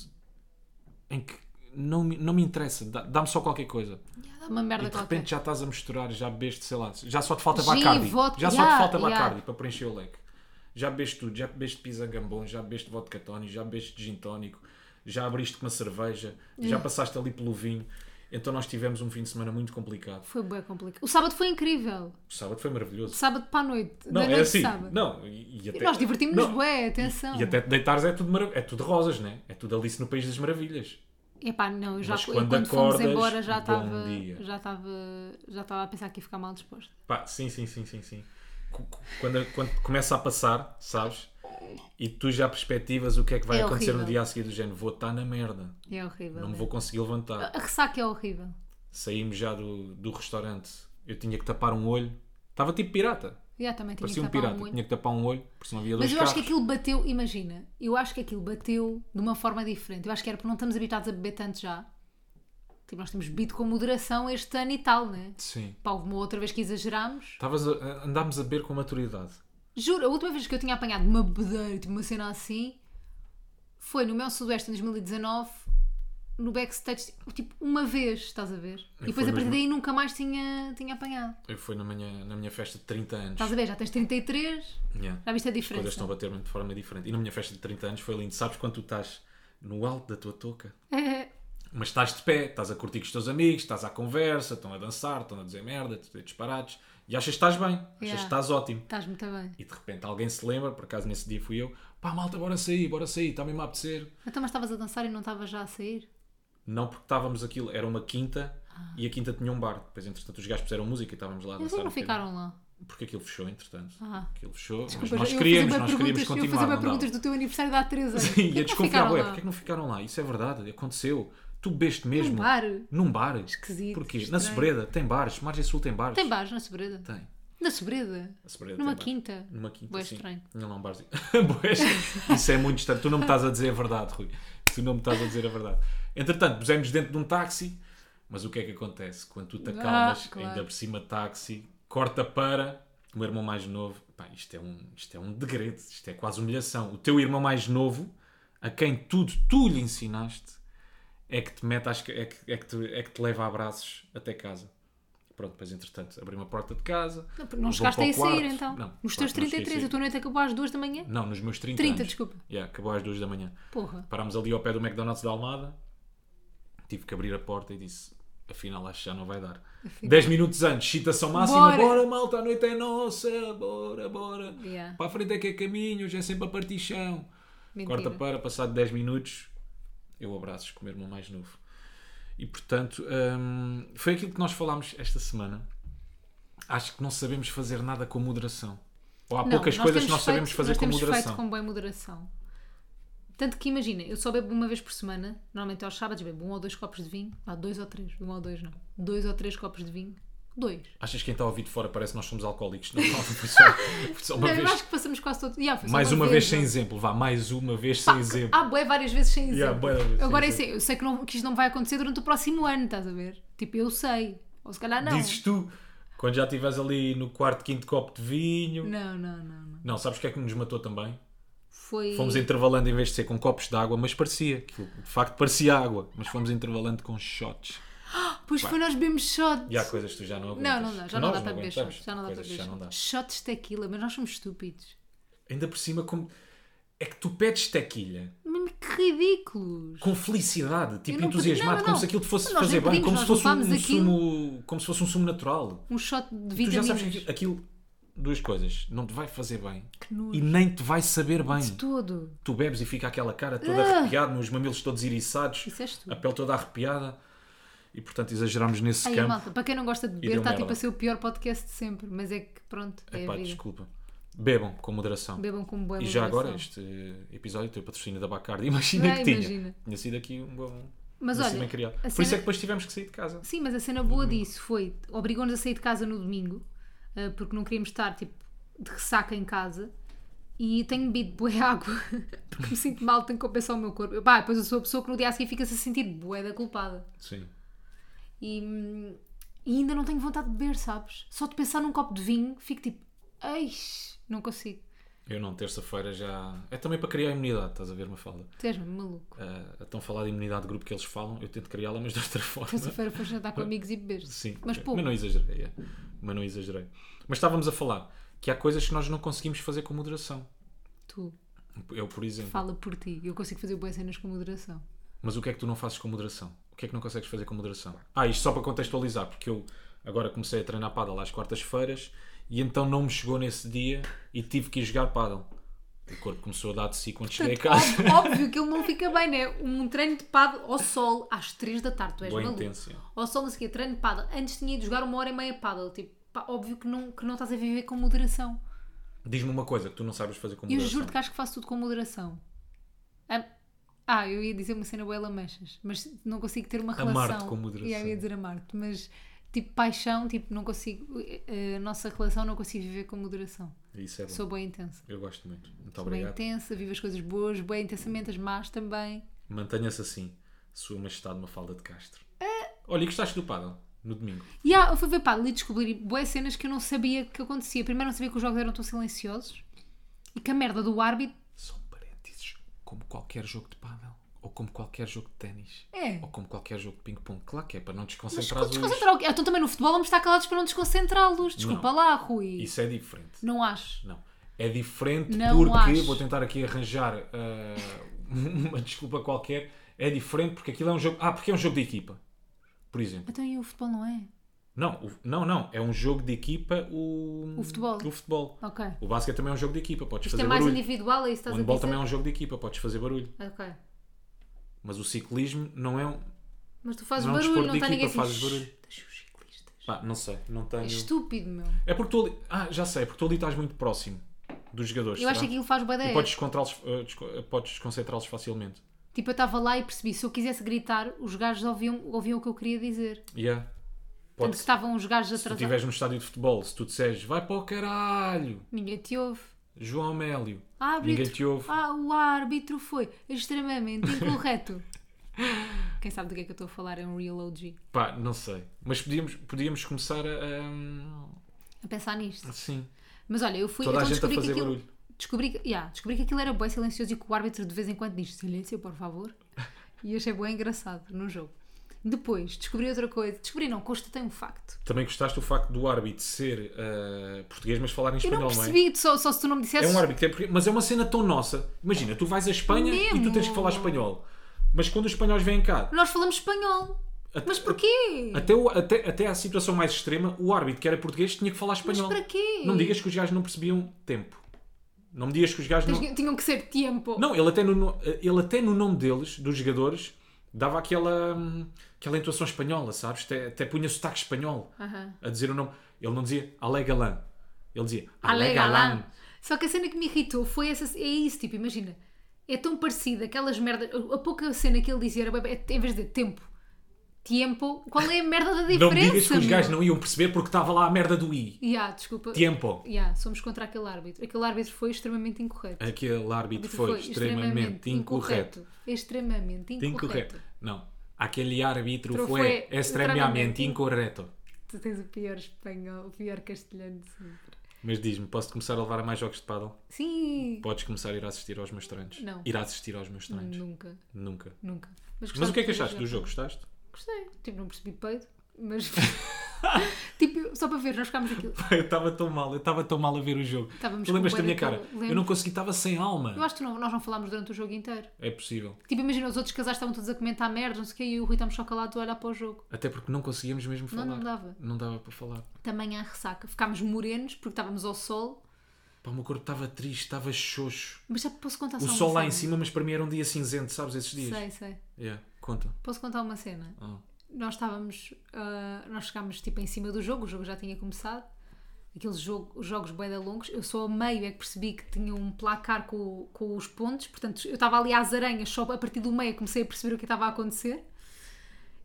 [SPEAKER 2] em que não, me- não me interessa, dá- dá-me só qualquer coisa.
[SPEAKER 1] Já dá uma merda
[SPEAKER 2] e de
[SPEAKER 1] qualquer.
[SPEAKER 2] repente já estás a misturar, já bebeste, sei lá, já só te falta
[SPEAKER 1] Gin,
[SPEAKER 2] Bacardi.
[SPEAKER 1] vodka,
[SPEAKER 2] já só
[SPEAKER 1] yeah,
[SPEAKER 2] te falta
[SPEAKER 1] yeah.
[SPEAKER 2] Bacardi para preencher o leque. Já bebeste tudo, já bebeste pizza gambon, já bebeste vodka tónico, já bebeste gin tónico, já abriste com uma cerveja, já passaste ali pelo vinho. Então nós tivemos um fim de semana muito complicado.
[SPEAKER 1] Foi bem complicado. O sábado foi incrível.
[SPEAKER 2] O sábado foi maravilhoso.
[SPEAKER 1] Sábado para a noite.
[SPEAKER 2] Não,
[SPEAKER 1] da
[SPEAKER 2] é
[SPEAKER 1] noite
[SPEAKER 2] assim.
[SPEAKER 1] sábado.
[SPEAKER 2] Não, e, e até,
[SPEAKER 1] E nós divertimos-nos
[SPEAKER 2] não,
[SPEAKER 1] bué, atenção.
[SPEAKER 2] E até te deitares é tudo, marav- é tudo rosas, né? É tudo Alice no País das Maravilhas.
[SPEAKER 1] Epá, não, eu já
[SPEAKER 2] Mas
[SPEAKER 1] eu
[SPEAKER 2] quando
[SPEAKER 1] quando, fomos
[SPEAKER 2] acordas,
[SPEAKER 1] embora já
[SPEAKER 2] bom
[SPEAKER 1] estava
[SPEAKER 2] dia.
[SPEAKER 1] já estava já estava a pensar que ia ficar mal disposto.
[SPEAKER 2] Pá, sim, sim, sim, sim, sim. Cu- cu- Quando, quando começa a passar, sabes? E tu já perspectivas o que é que vai
[SPEAKER 1] É
[SPEAKER 2] acontecer no
[SPEAKER 1] horrível.
[SPEAKER 2] dia a seguir do género. Vou estar na merda.
[SPEAKER 1] É horrível.
[SPEAKER 2] Não me
[SPEAKER 1] é.
[SPEAKER 2] vou conseguir levantar.
[SPEAKER 1] A ressaca é horrível.
[SPEAKER 2] Saímos já do, do restaurante. Eu tinha que tapar um olho. Estava tipo pirata.
[SPEAKER 1] Yeah, também tinha
[SPEAKER 2] Parecia um
[SPEAKER 1] que tapar
[SPEAKER 2] pirata.
[SPEAKER 1] um olho.
[SPEAKER 2] Tinha que tapar um olho, porque senão havia dois
[SPEAKER 1] Mas eu
[SPEAKER 2] carros.
[SPEAKER 1] acho que aquilo bateu, imagina, eu acho que aquilo bateu de uma forma diferente. Eu acho que era porque não estamos habituados a beber tanto já. Tipo, nós temos bebido com moderação este ano e tal, né?
[SPEAKER 2] Sim.
[SPEAKER 1] Pá, houve uma outra vez que exagerámos.
[SPEAKER 2] Estavas a- a- andámos a beber com maturidade.
[SPEAKER 1] Juro, a última vez que eu tinha apanhado uma bebedeira, tipo uma cena assim, foi no meu Sudoeste em 2019, no backstage, tipo uma vez, estás a ver?
[SPEAKER 2] E
[SPEAKER 1] E depois a
[SPEAKER 2] foi
[SPEAKER 1] partir
[SPEAKER 2] mesmo?
[SPEAKER 1] daí nunca mais tinha, tinha apanhado.
[SPEAKER 2] Eu fui na minha, na minha festa de 30 anos.
[SPEAKER 1] Estás a ver? Já tens 33,
[SPEAKER 2] Yeah.
[SPEAKER 1] já viste a
[SPEAKER 2] As coisas estão
[SPEAKER 1] diferença?
[SPEAKER 2] a bater-me de forma diferente. E na minha festa de 30 anos foi lindo. Sabes quando tu estás no alto da tua touca?
[SPEAKER 1] É,
[SPEAKER 2] Mas estás de pé, estás a curtir com os teus amigos, estás à conversa, estão a dançar, estão a dizer merda, a dizer disparados e achas que estás bem, achas que
[SPEAKER 1] Yeah.
[SPEAKER 2] estás ótimo.
[SPEAKER 1] estás muito bem.
[SPEAKER 2] E de repente alguém se lembra, por acaso nesse dia fui eu, pá malta, bora sair, bora sair, está mesmo a apetecer.
[SPEAKER 1] Então, mas estavas a dançar e não estavas já a sair?
[SPEAKER 2] Não porque estávamos aquilo, era uma quinta e a quinta tinha um bar. Depois, entretanto, os gajos puseram música e estávamos lá a
[SPEAKER 1] Ah. Eles
[SPEAKER 2] dançar.
[SPEAKER 1] não
[SPEAKER 2] um bocadinho.
[SPEAKER 1] ficaram lá.
[SPEAKER 2] Porque aquilo fechou, entretanto.
[SPEAKER 1] Ah.
[SPEAKER 2] Aquilo fechou,
[SPEAKER 1] Desculpa,
[SPEAKER 2] mas nós
[SPEAKER 1] eu
[SPEAKER 2] queríamos,
[SPEAKER 1] fazia bué
[SPEAKER 2] nós queríamos
[SPEAKER 1] perguntas- Eu
[SPEAKER 2] continuar.
[SPEAKER 1] fazia bué
[SPEAKER 2] não dava.
[SPEAKER 1] perguntas do teu aniversário de há 3 anos.
[SPEAKER 2] Sim, e a
[SPEAKER 1] Porquê que não ficaram
[SPEAKER 2] desconfiar, ué,
[SPEAKER 1] lá?
[SPEAKER 2] porque é que não ficaram lá? Isso é verdade, aconteceu. Tu bebeste mesmo.
[SPEAKER 1] bar?
[SPEAKER 2] Num bar?
[SPEAKER 1] Esquisito,
[SPEAKER 2] Porquê? Na
[SPEAKER 1] estranho.
[SPEAKER 2] Sobreda tem bares, Margem Sul tem bares.
[SPEAKER 1] Tem bares na Sobreda?
[SPEAKER 2] Tem.
[SPEAKER 1] Na Sobreda?
[SPEAKER 2] A Sobreda
[SPEAKER 1] Numa
[SPEAKER 2] tem bares.
[SPEAKER 1] quinta?
[SPEAKER 2] Numa quinta,
[SPEAKER 1] Bué
[SPEAKER 2] sim.
[SPEAKER 1] estranho.
[SPEAKER 2] Tinha lá um barzinho. Bué estranho. Isso é muito estranho. Tu não me estás a dizer a verdade, Rui. Tu não me estás a dizer a verdade. Entretanto, pusemos dentro de um táxi, mas o que é que acontece? Quando tu te
[SPEAKER 1] Ah,
[SPEAKER 2] acalmas,
[SPEAKER 1] claro.
[SPEAKER 2] ainda por cima táxi, corta para o meu irmão mais novo. Pá, isto é um, isto é um degredo, isto é quase humilhação. O teu irmão mais novo, a quem tudo tu lhe ensinaste, é que te mete, às ca- é que, é que te, é que te leva a abraços até casa. Pronto, depois entretanto abri uma porta de casa.
[SPEAKER 1] Não,
[SPEAKER 2] vou
[SPEAKER 1] não chegaste
[SPEAKER 2] para o
[SPEAKER 1] aí a sair
[SPEAKER 2] quarto.
[SPEAKER 1] então?
[SPEAKER 2] Não,
[SPEAKER 1] Nos teus
[SPEAKER 2] claro que não cheguei a
[SPEAKER 1] 33,
[SPEAKER 2] sair.
[SPEAKER 1] a tua noite acabou às 2 da manhã?
[SPEAKER 2] Não, nos meus 30
[SPEAKER 1] 30,
[SPEAKER 2] anos.
[SPEAKER 1] desculpa.
[SPEAKER 2] Yeah, acabou às 2 da manhã.
[SPEAKER 1] Porra.
[SPEAKER 2] Parámos ali ao pé do McDonald's da Almada. Tive que abrir a porta e disse, afinal acho que já não vai dar. 10 minutos antes, excitação máxima. Bora.
[SPEAKER 1] Bora.
[SPEAKER 2] malta, a noite é nossa. Bora, bora.
[SPEAKER 1] Yeah.
[SPEAKER 2] Para a frente é que é caminho, hoje é sempre a partir chão.
[SPEAKER 1] Mentira.
[SPEAKER 2] Corta para, passado 10 minutos, eu abraço com o meu irmão mais novo. E portanto, hum, foi aquilo que nós falámos esta semana. Acho que não sabemos fazer nada com moderação. Ou há
[SPEAKER 1] Não,
[SPEAKER 2] poucas coisas que
[SPEAKER 1] temos
[SPEAKER 2] nós sabemos
[SPEAKER 1] feito-
[SPEAKER 2] fazer
[SPEAKER 1] nós
[SPEAKER 2] com
[SPEAKER 1] temos
[SPEAKER 2] moderação.
[SPEAKER 1] feito com bem moderação. Tanto que imagina, eu só bebo uma vez por semana, normalmente aos sábados bebo um ou dois copos de vinho, lá dois ou três, um ou dois não, dois ou três copos de vinho, dois.
[SPEAKER 2] Achas que quem está a ouvir de fora parece que nós somos alcoólicos? Não, não, foi só, foi só uma
[SPEAKER 1] Não, eu
[SPEAKER 2] vez.
[SPEAKER 1] acho que passamos quase todos. Yeah, foi só
[SPEAKER 2] Mais uma vez sem
[SPEAKER 1] não.
[SPEAKER 2] exemplo, vá, mais uma vez sem exemplo.
[SPEAKER 1] Ah, bué, várias vezes sem
[SPEAKER 2] Yeah,
[SPEAKER 1] exemplo.
[SPEAKER 2] bué da vez sem
[SPEAKER 1] Agora eu
[SPEAKER 2] exemplo.
[SPEAKER 1] sei, eu sei que, não, que isto não vai acontecer durante o próximo ano, estás a ver? Tipo, eu sei. Ou se calhar não.
[SPEAKER 2] Dizes tu, quando já estiveres ali no quarto, quinto copo de vinho. Não.
[SPEAKER 1] Não, não, não, não.
[SPEAKER 2] sabes o que é que nos matou também?
[SPEAKER 1] Foi.
[SPEAKER 2] Fomos então, intervalando em vez de ser com copos de água, mas parecia. Aquilo, de facto, parecia água, mas fomos intervalando com shots.
[SPEAKER 1] Pois foi, nós bebemos shots.
[SPEAKER 2] E há coisas que tu já não aguentas.
[SPEAKER 1] Não, não dá, já não
[SPEAKER 2] Nós
[SPEAKER 1] dá para beber
[SPEAKER 2] aguentamos.
[SPEAKER 1] shots. Já não dá para
[SPEAKER 2] Coisas que
[SPEAKER 1] beber
[SPEAKER 2] já não dá.
[SPEAKER 1] shots. Shots de tequila, mas nós somos estúpidos.
[SPEAKER 2] Ainda por cima, como... é que tu pedes tequilha
[SPEAKER 1] Mesmo que ridículos.
[SPEAKER 2] com felicidade, tipo
[SPEAKER 1] Eu não
[SPEAKER 2] entusiasmado,
[SPEAKER 1] pedi- não,
[SPEAKER 2] como
[SPEAKER 1] não.
[SPEAKER 2] se aquilo te fosse
[SPEAKER 1] Nós nem
[SPEAKER 2] fazer bem,
[SPEAKER 1] pedimos,
[SPEAKER 2] como se
[SPEAKER 1] nós
[SPEAKER 2] fosse um,
[SPEAKER 1] levámos
[SPEAKER 2] um
[SPEAKER 1] aquilo.
[SPEAKER 2] sumo, como se fosse um sumo natural.
[SPEAKER 1] Um shot de
[SPEAKER 2] Tu já sabes que é
[SPEAKER 1] vitaminas.
[SPEAKER 2] aquilo- aquilo duas coisas. Não te vai fazer bem
[SPEAKER 1] Que nojo.
[SPEAKER 2] e nem te vai saber bem.
[SPEAKER 1] De todo.
[SPEAKER 2] Tu bebes e fica aquela cara toda
[SPEAKER 1] Ah!
[SPEAKER 2] arrepiada, os mamilos todos iriçados,
[SPEAKER 1] Isso és tu.
[SPEAKER 2] a pele toda arrepiada. E portanto exageramos nesse
[SPEAKER 1] Ai,
[SPEAKER 2] campo.
[SPEAKER 1] malta, para quem não gosta de beber,
[SPEAKER 2] deu
[SPEAKER 1] está
[SPEAKER 2] merda.
[SPEAKER 1] tipo a ser o pior podcast de sempre. Mas é que, pronto, é
[SPEAKER 2] Epá,
[SPEAKER 1] a vida.
[SPEAKER 2] desculpa. Bebam com moderação.
[SPEAKER 1] Bebam como boa
[SPEAKER 2] E já agora,
[SPEAKER 1] moderação.
[SPEAKER 2] este episódio tem o patrocínio da Bacardi. Imagina
[SPEAKER 1] Ah,
[SPEAKER 2] que tinha.
[SPEAKER 1] imagina.
[SPEAKER 2] Tinha sido aqui um bom.
[SPEAKER 1] Mas
[SPEAKER 2] tinha sido
[SPEAKER 1] olha,
[SPEAKER 2] bem criado.
[SPEAKER 1] a cena-
[SPEAKER 2] Por isso é que depois tivemos que sair de casa.
[SPEAKER 1] Sim, mas a cena boa
[SPEAKER 2] Uhum.
[SPEAKER 1] disso foi obrigou-nos a sair de casa no domingo ah, porque não queríamos estar tipo de ressaca em casa e tenho bebido bué água porque me sinto mal, tenho que compensar o meu corpo. Eu, Pá, depois eu sou a pessoa que no dia a seguir fica-se a sentir bué da culpada
[SPEAKER 2] Sim.
[SPEAKER 1] e, hum, e ainda não tenho vontade de beber, sabes? Só de pensar num copo de vinho fico tipo, eish, não consigo.
[SPEAKER 2] Eu não, terça-feira já. É também para criar imunidade, estás a ver, Mafalda?
[SPEAKER 1] Tu és mesmo maluco.
[SPEAKER 2] Uh, estão a falar de imunidade de grupo que eles falam, eu tento criá-la, mas de outra forma.
[SPEAKER 1] Terça-feira foste jantar com amigos e beber.
[SPEAKER 2] Sim,
[SPEAKER 1] Mas
[SPEAKER 2] é,
[SPEAKER 1] pô,
[SPEAKER 2] não exagerei. é. Mas não exagerei. Mas estávamos a falar que há coisas que nós não conseguimos fazer com moderação.
[SPEAKER 1] tu
[SPEAKER 2] Eu, por exemplo.
[SPEAKER 1] fala por ti. Eu consigo fazer boas cenas com moderação.
[SPEAKER 2] Mas o que é que tu não fazes com moderação? O que é que não consegues fazer com moderação? Ah, isto só para contextualizar, porque eu agora comecei a treinar paddle às quartas-feiras e então não me chegou nesse dia e tive que ir jogar paddle. O corpo começou a dar de si quando cheguei a casa.
[SPEAKER 1] Óbvio, óbvio que ele não fica bem, né? Um treino de pado ao sol às 3 da tarde, tu és
[SPEAKER 2] Boa
[SPEAKER 1] maluco.
[SPEAKER 2] intensa.
[SPEAKER 1] Ao sol, não sei o quê, treino de pado. Antes tinha ido jogar uma hora e meia pado. Tipo, pá, óbvio que não, que não estás a viver com moderação.
[SPEAKER 2] Diz-me uma coisa que tu não sabes fazer com
[SPEAKER 1] E eu
[SPEAKER 2] moderação.
[SPEAKER 1] juro-te que acho que faço tudo com moderação. Am- Ah, eu ia dizer uma cena boela manchas, mas não consigo ter uma
[SPEAKER 2] Amar-te
[SPEAKER 1] relação.
[SPEAKER 2] com moderação.
[SPEAKER 1] E eu ia dizer amar-te, mas tipo paixão, tipo, não consigo. eh, A nossa relação não consigo viver com moderação.
[SPEAKER 2] Isso é bom.
[SPEAKER 1] Sou bem intensa.
[SPEAKER 2] Eu gosto muito. Muito
[SPEAKER 1] Sou bem
[SPEAKER 2] obrigado.
[SPEAKER 1] intensa, vivo as coisas boas, bem intensamente, as más também.
[SPEAKER 2] Mantenha-se assim, sua majestade uma falda de Castro. Olha, e gostaste do paddle no domingo?
[SPEAKER 1] E ah, eu fui ver paddle e descobri boas cenas que eu não sabia que acontecia. Primeiro não sabia que os jogos eram tão silenciosos e que a merda do árbitro
[SPEAKER 2] São um parênteses, como qualquer jogo de paddle. Ou como qualquer jogo de ténis.
[SPEAKER 1] é.
[SPEAKER 2] Ou como qualquer jogo de ping-pong. Claro que é, para não
[SPEAKER 1] Mas
[SPEAKER 2] desconcentrar os...
[SPEAKER 1] desconcentrar o quê? Então também no futebol vamos estar calados para não desconcentrá-los. Desculpa
[SPEAKER 2] Não.
[SPEAKER 1] lá, Rui.
[SPEAKER 2] Isso é diferente.
[SPEAKER 1] Não acho.
[SPEAKER 2] Não. É diferente
[SPEAKER 1] Não
[SPEAKER 2] porque...
[SPEAKER 1] acho.
[SPEAKER 2] Vou tentar aqui arranjar ah, uma desculpa qualquer. É diferente porque aquilo é um jogo... Ah, porque é um jogo de equipa. Por exemplo.
[SPEAKER 1] Então e o futebol não é?
[SPEAKER 2] Não, o- não, não. É um jogo de equipa o...
[SPEAKER 1] O futebol.
[SPEAKER 2] O futebol.
[SPEAKER 1] Ok.
[SPEAKER 2] O basquete também é um jogo de equipa. Podes
[SPEAKER 1] Isto é
[SPEAKER 2] fazer
[SPEAKER 1] mais
[SPEAKER 2] barulho.
[SPEAKER 1] individual, é isso que
[SPEAKER 2] O
[SPEAKER 1] estás
[SPEAKER 2] handball
[SPEAKER 1] a dizer?
[SPEAKER 2] também um- é um jogo de equipa. Podes fazer barulho.
[SPEAKER 1] Ok.
[SPEAKER 2] Mas o ciclismo não é um...
[SPEAKER 1] Mas tu fazes
[SPEAKER 2] Não é um
[SPEAKER 1] barulho,
[SPEAKER 2] desporto
[SPEAKER 1] não
[SPEAKER 2] de
[SPEAKER 1] está ninguém
[SPEAKER 2] equipa,
[SPEAKER 1] assim.
[SPEAKER 2] fazes
[SPEAKER 1] "Shh,
[SPEAKER 2] barulho."
[SPEAKER 1] Deixa os ciclistas.
[SPEAKER 2] Pá, não sei. Não
[SPEAKER 1] É
[SPEAKER 2] tenho...
[SPEAKER 1] estúpido, meu.
[SPEAKER 2] É porque tu ali... Ah, já sei. Porque tu ali estás muito próximo dos jogadores.
[SPEAKER 1] Eu acho que
[SPEAKER 2] será?
[SPEAKER 1] aquilo faz bué da
[SPEAKER 2] E
[SPEAKER 1] é.
[SPEAKER 2] podes descontrá-los, eh, desco- eh, podes desconcentrá-los facilmente.
[SPEAKER 1] Tipo, eu estava lá e percebi, se eu quisesse gritar, os gajos ouviam, ouviam o que eu queria dizer.
[SPEAKER 2] Yeah.
[SPEAKER 1] Tanto que
[SPEAKER 2] Podes, se
[SPEAKER 1] estavam os gajos
[SPEAKER 2] tu
[SPEAKER 1] atrasados.
[SPEAKER 2] estiveres no estádio de futebol, se tu disseres vai para o caralho,
[SPEAKER 1] Ninguém te ouve.
[SPEAKER 2] João Amélio,
[SPEAKER 1] Árbitro.
[SPEAKER 2] ninguém te ouve.
[SPEAKER 1] Ah, o árbitro foi extremamente incorreto. Quem sabe do que é que eu estou a falar é um real OG.
[SPEAKER 2] Pá, não sei. Mas podíamos, podíamos começar a. a-
[SPEAKER 1] A pensar nisto.
[SPEAKER 2] Sim.
[SPEAKER 1] Mas olha, eu fui.
[SPEAKER 2] Toda a
[SPEAKER 1] então
[SPEAKER 2] gente a
[SPEAKER 1] descobri que
[SPEAKER 2] fazer
[SPEAKER 1] aquilo-
[SPEAKER 2] barulho.
[SPEAKER 1] Descobri, que- yeah, descobri que aquilo era bem silencioso e que o árbitro de vez em quando diz silêncio, por favor. E achei bem engraçado no jogo. Depois descobri outra coisa. Descobri, não, constatei um facto.
[SPEAKER 2] Também gostaste do facto do árbitro ser eh, português, mas falar em
[SPEAKER 1] Eu
[SPEAKER 2] espanhol,
[SPEAKER 1] não
[SPEAKER 2] não, é?
[SPEAKER 1] percebi, só, só se tu não me
[SPEAKER 2] É
[SPEAKER 1] dissesses.
[SPEAKER 2] um árbitro, que é português, mas é uma cena tão nossa. Imagina, tu vais à Espanha e tu tens que falar
[SPEAKER 1] Mesmo.
[SPEAKER 2] espanhol. Mas quando os espanhóis vêm cá,
[SPEAKER 1] Nós falamos espanhol.
[SPEAKER 2] Até-
[SPEAKER 1] Mas porquê?
[SPEAKER 2] até, o- até, até à situação mais extrema, o árbitro que era português tinha que falar
[SPEAKER 1] Mas
[SPEAKER 2] espanhol.
[SPEAKER 1] para quê?
[SPEAKER 2] Não me digas que os gajos não percebiam tempo. Não me digas que os gajos não.
[SPEAKER 1] Tinham- Tinham que ser tempo.
[SPEAKER 2] Não, ele até, no, no- ele até no nome deles, dos jogadores, dava aquela, hum, aquela intuação espanhola, sabes? Até, até punha sotaque espanhol
[SPEAKER 1] Aham.
[SPEAKER 2] a dizer o nome. Ele não dizia Ale Galán. Ele dizia Ale
[SPEAKER 1] Ale Galán.
[SPEAKER 2] Galán.
[SPEAKER 1] Só que a cena que me irritou foi essa. É isso, tipo, imagina. É tão parecida, aquelas merdas. A pouca cena que ele dizia era. bué- é, Em vez de tempo. Tempo. Qual é a merda da diferença?
[SPEAKER 2] Não me digas que os
[SPEAKER 1] meu?
[SPEAKER 2] gajos não iam perceber porque estava lá a merda do I.
[SPEAKER 1] Ya, desculpa.
[SPEAKER 2] Tempo.
[SPEAKER 1] Ya, somos contra aquele árbitro. Aquele árbitro foi extremamente incorreto. Tipo,
[SPEAKER 2] Aquele
[SPEAKER 1] O
[SPEAKER 2] árbitro
[SPEAKER 1] árbitro
[SPEAKER 2] foi, extremamente, incorreto.
[SPEAKER 1] Extremamente incorreto.
[SPEAKER 2] Incorreto. Não. Aquele árbitro
[SPEAKER 1] Foi
[SPEAKER 2] foi,
[SPEAKER 1] extremamente
[SPEAKER 2] extremamente incorreto.
[SPEAKER 1] Tu tens o pior espanhol, o pior castelhano de sempre.
[SPEAKER 2] Mas diz-me, posso começar a levar a mais jogos de paddle?
[SPEAKER 1] Sim!
[SPEAKER 2] Podes começar a ir assistir aos meus treinos.
[SPEAKER 1] Não.
[SPEAKER 2] Ir assistir aos meus treinos.
[SPEAKER 1] Nunca,
[SPEAKER 2] Nunca.
[SPEAKER 1] nunca.
[SPEAKER 2] Mas o que é que
[SPEAKER 1] gostava
[SPEAKER 2] achaste
[SPEAKER 1] de
[SPEAKER 2] do
[SPEAKER 1] jogar.
[SPEAKER 2] jogo? Gostaste?
[SPEAKER 1] Gostei. Tipo, não percebi peido, mas. Tipo, eu- só para ver, nós ficámos aquilo.
[SPEAKER 2] Eu estava tão mal, eu estava tão mal a ver o jogo.
[SPEAKER 1] Estávamos
[SPEAKER 2] Tu lembras da
[SPEAKER 1] com
[SPEAKER 2] minha
[SPEAKER 1] bué
[SPEAKER 2] cara?
[SPEAKER 1] daquela- lembro.
[SPEAKER 2] Eu não consegui, estava sem alma.
[SPEAKER 1] Eu acho que não- nós não falámos durante o jogo inteiro.
[SPEAKER 2] É possível.
[SPEAKER 1] Tipo, imagina, os outros casais estavam todos a comentar merda, não sei o quê, e eu e o Rui estávamos só calados a olhar para o jogo.
[SPEAKER 2] Até porque não conseguíamos mesmo falar.
[SPEAKER 1] Não, não dava.
[SPEAKER 2] Não dava para falar.
[SPEAKER 1] Também há ressaca. Ficámos morenos porque estávamos ao sol.
[SPEAKER 2] Pá, o meu corpo estava triste, estava xoxo.
[SPEAKER 1] Mas já posso contar só
[SPEAKER 2] O
[SPEAKER 1] uma
[SPEAKER 2] sol lá em
[SPEAKER 1] cena?
[SPEAKER 2] cima, mas para mim era um dia cinzento, sabes? Esses dias.
[SPEAKER 1] Sei, sei.
[SPEAKER 2] Yeah. Conta.
[SPEAKER 1] Posso contar uma cena?
[SPEAKER 2] Ah.
[SPEAKER 1] Nós estávamos, ah, nós chegámos tipo em cima do jogo, o jogo já tinha começado. Aqueles jogo, jogos bué da longos, eu só a meio é que percebi que tinha um placar com, com os pontos, portanto eu estava ali às aranhas, só a partir do meio comecei a perceber o que estava a acontecer.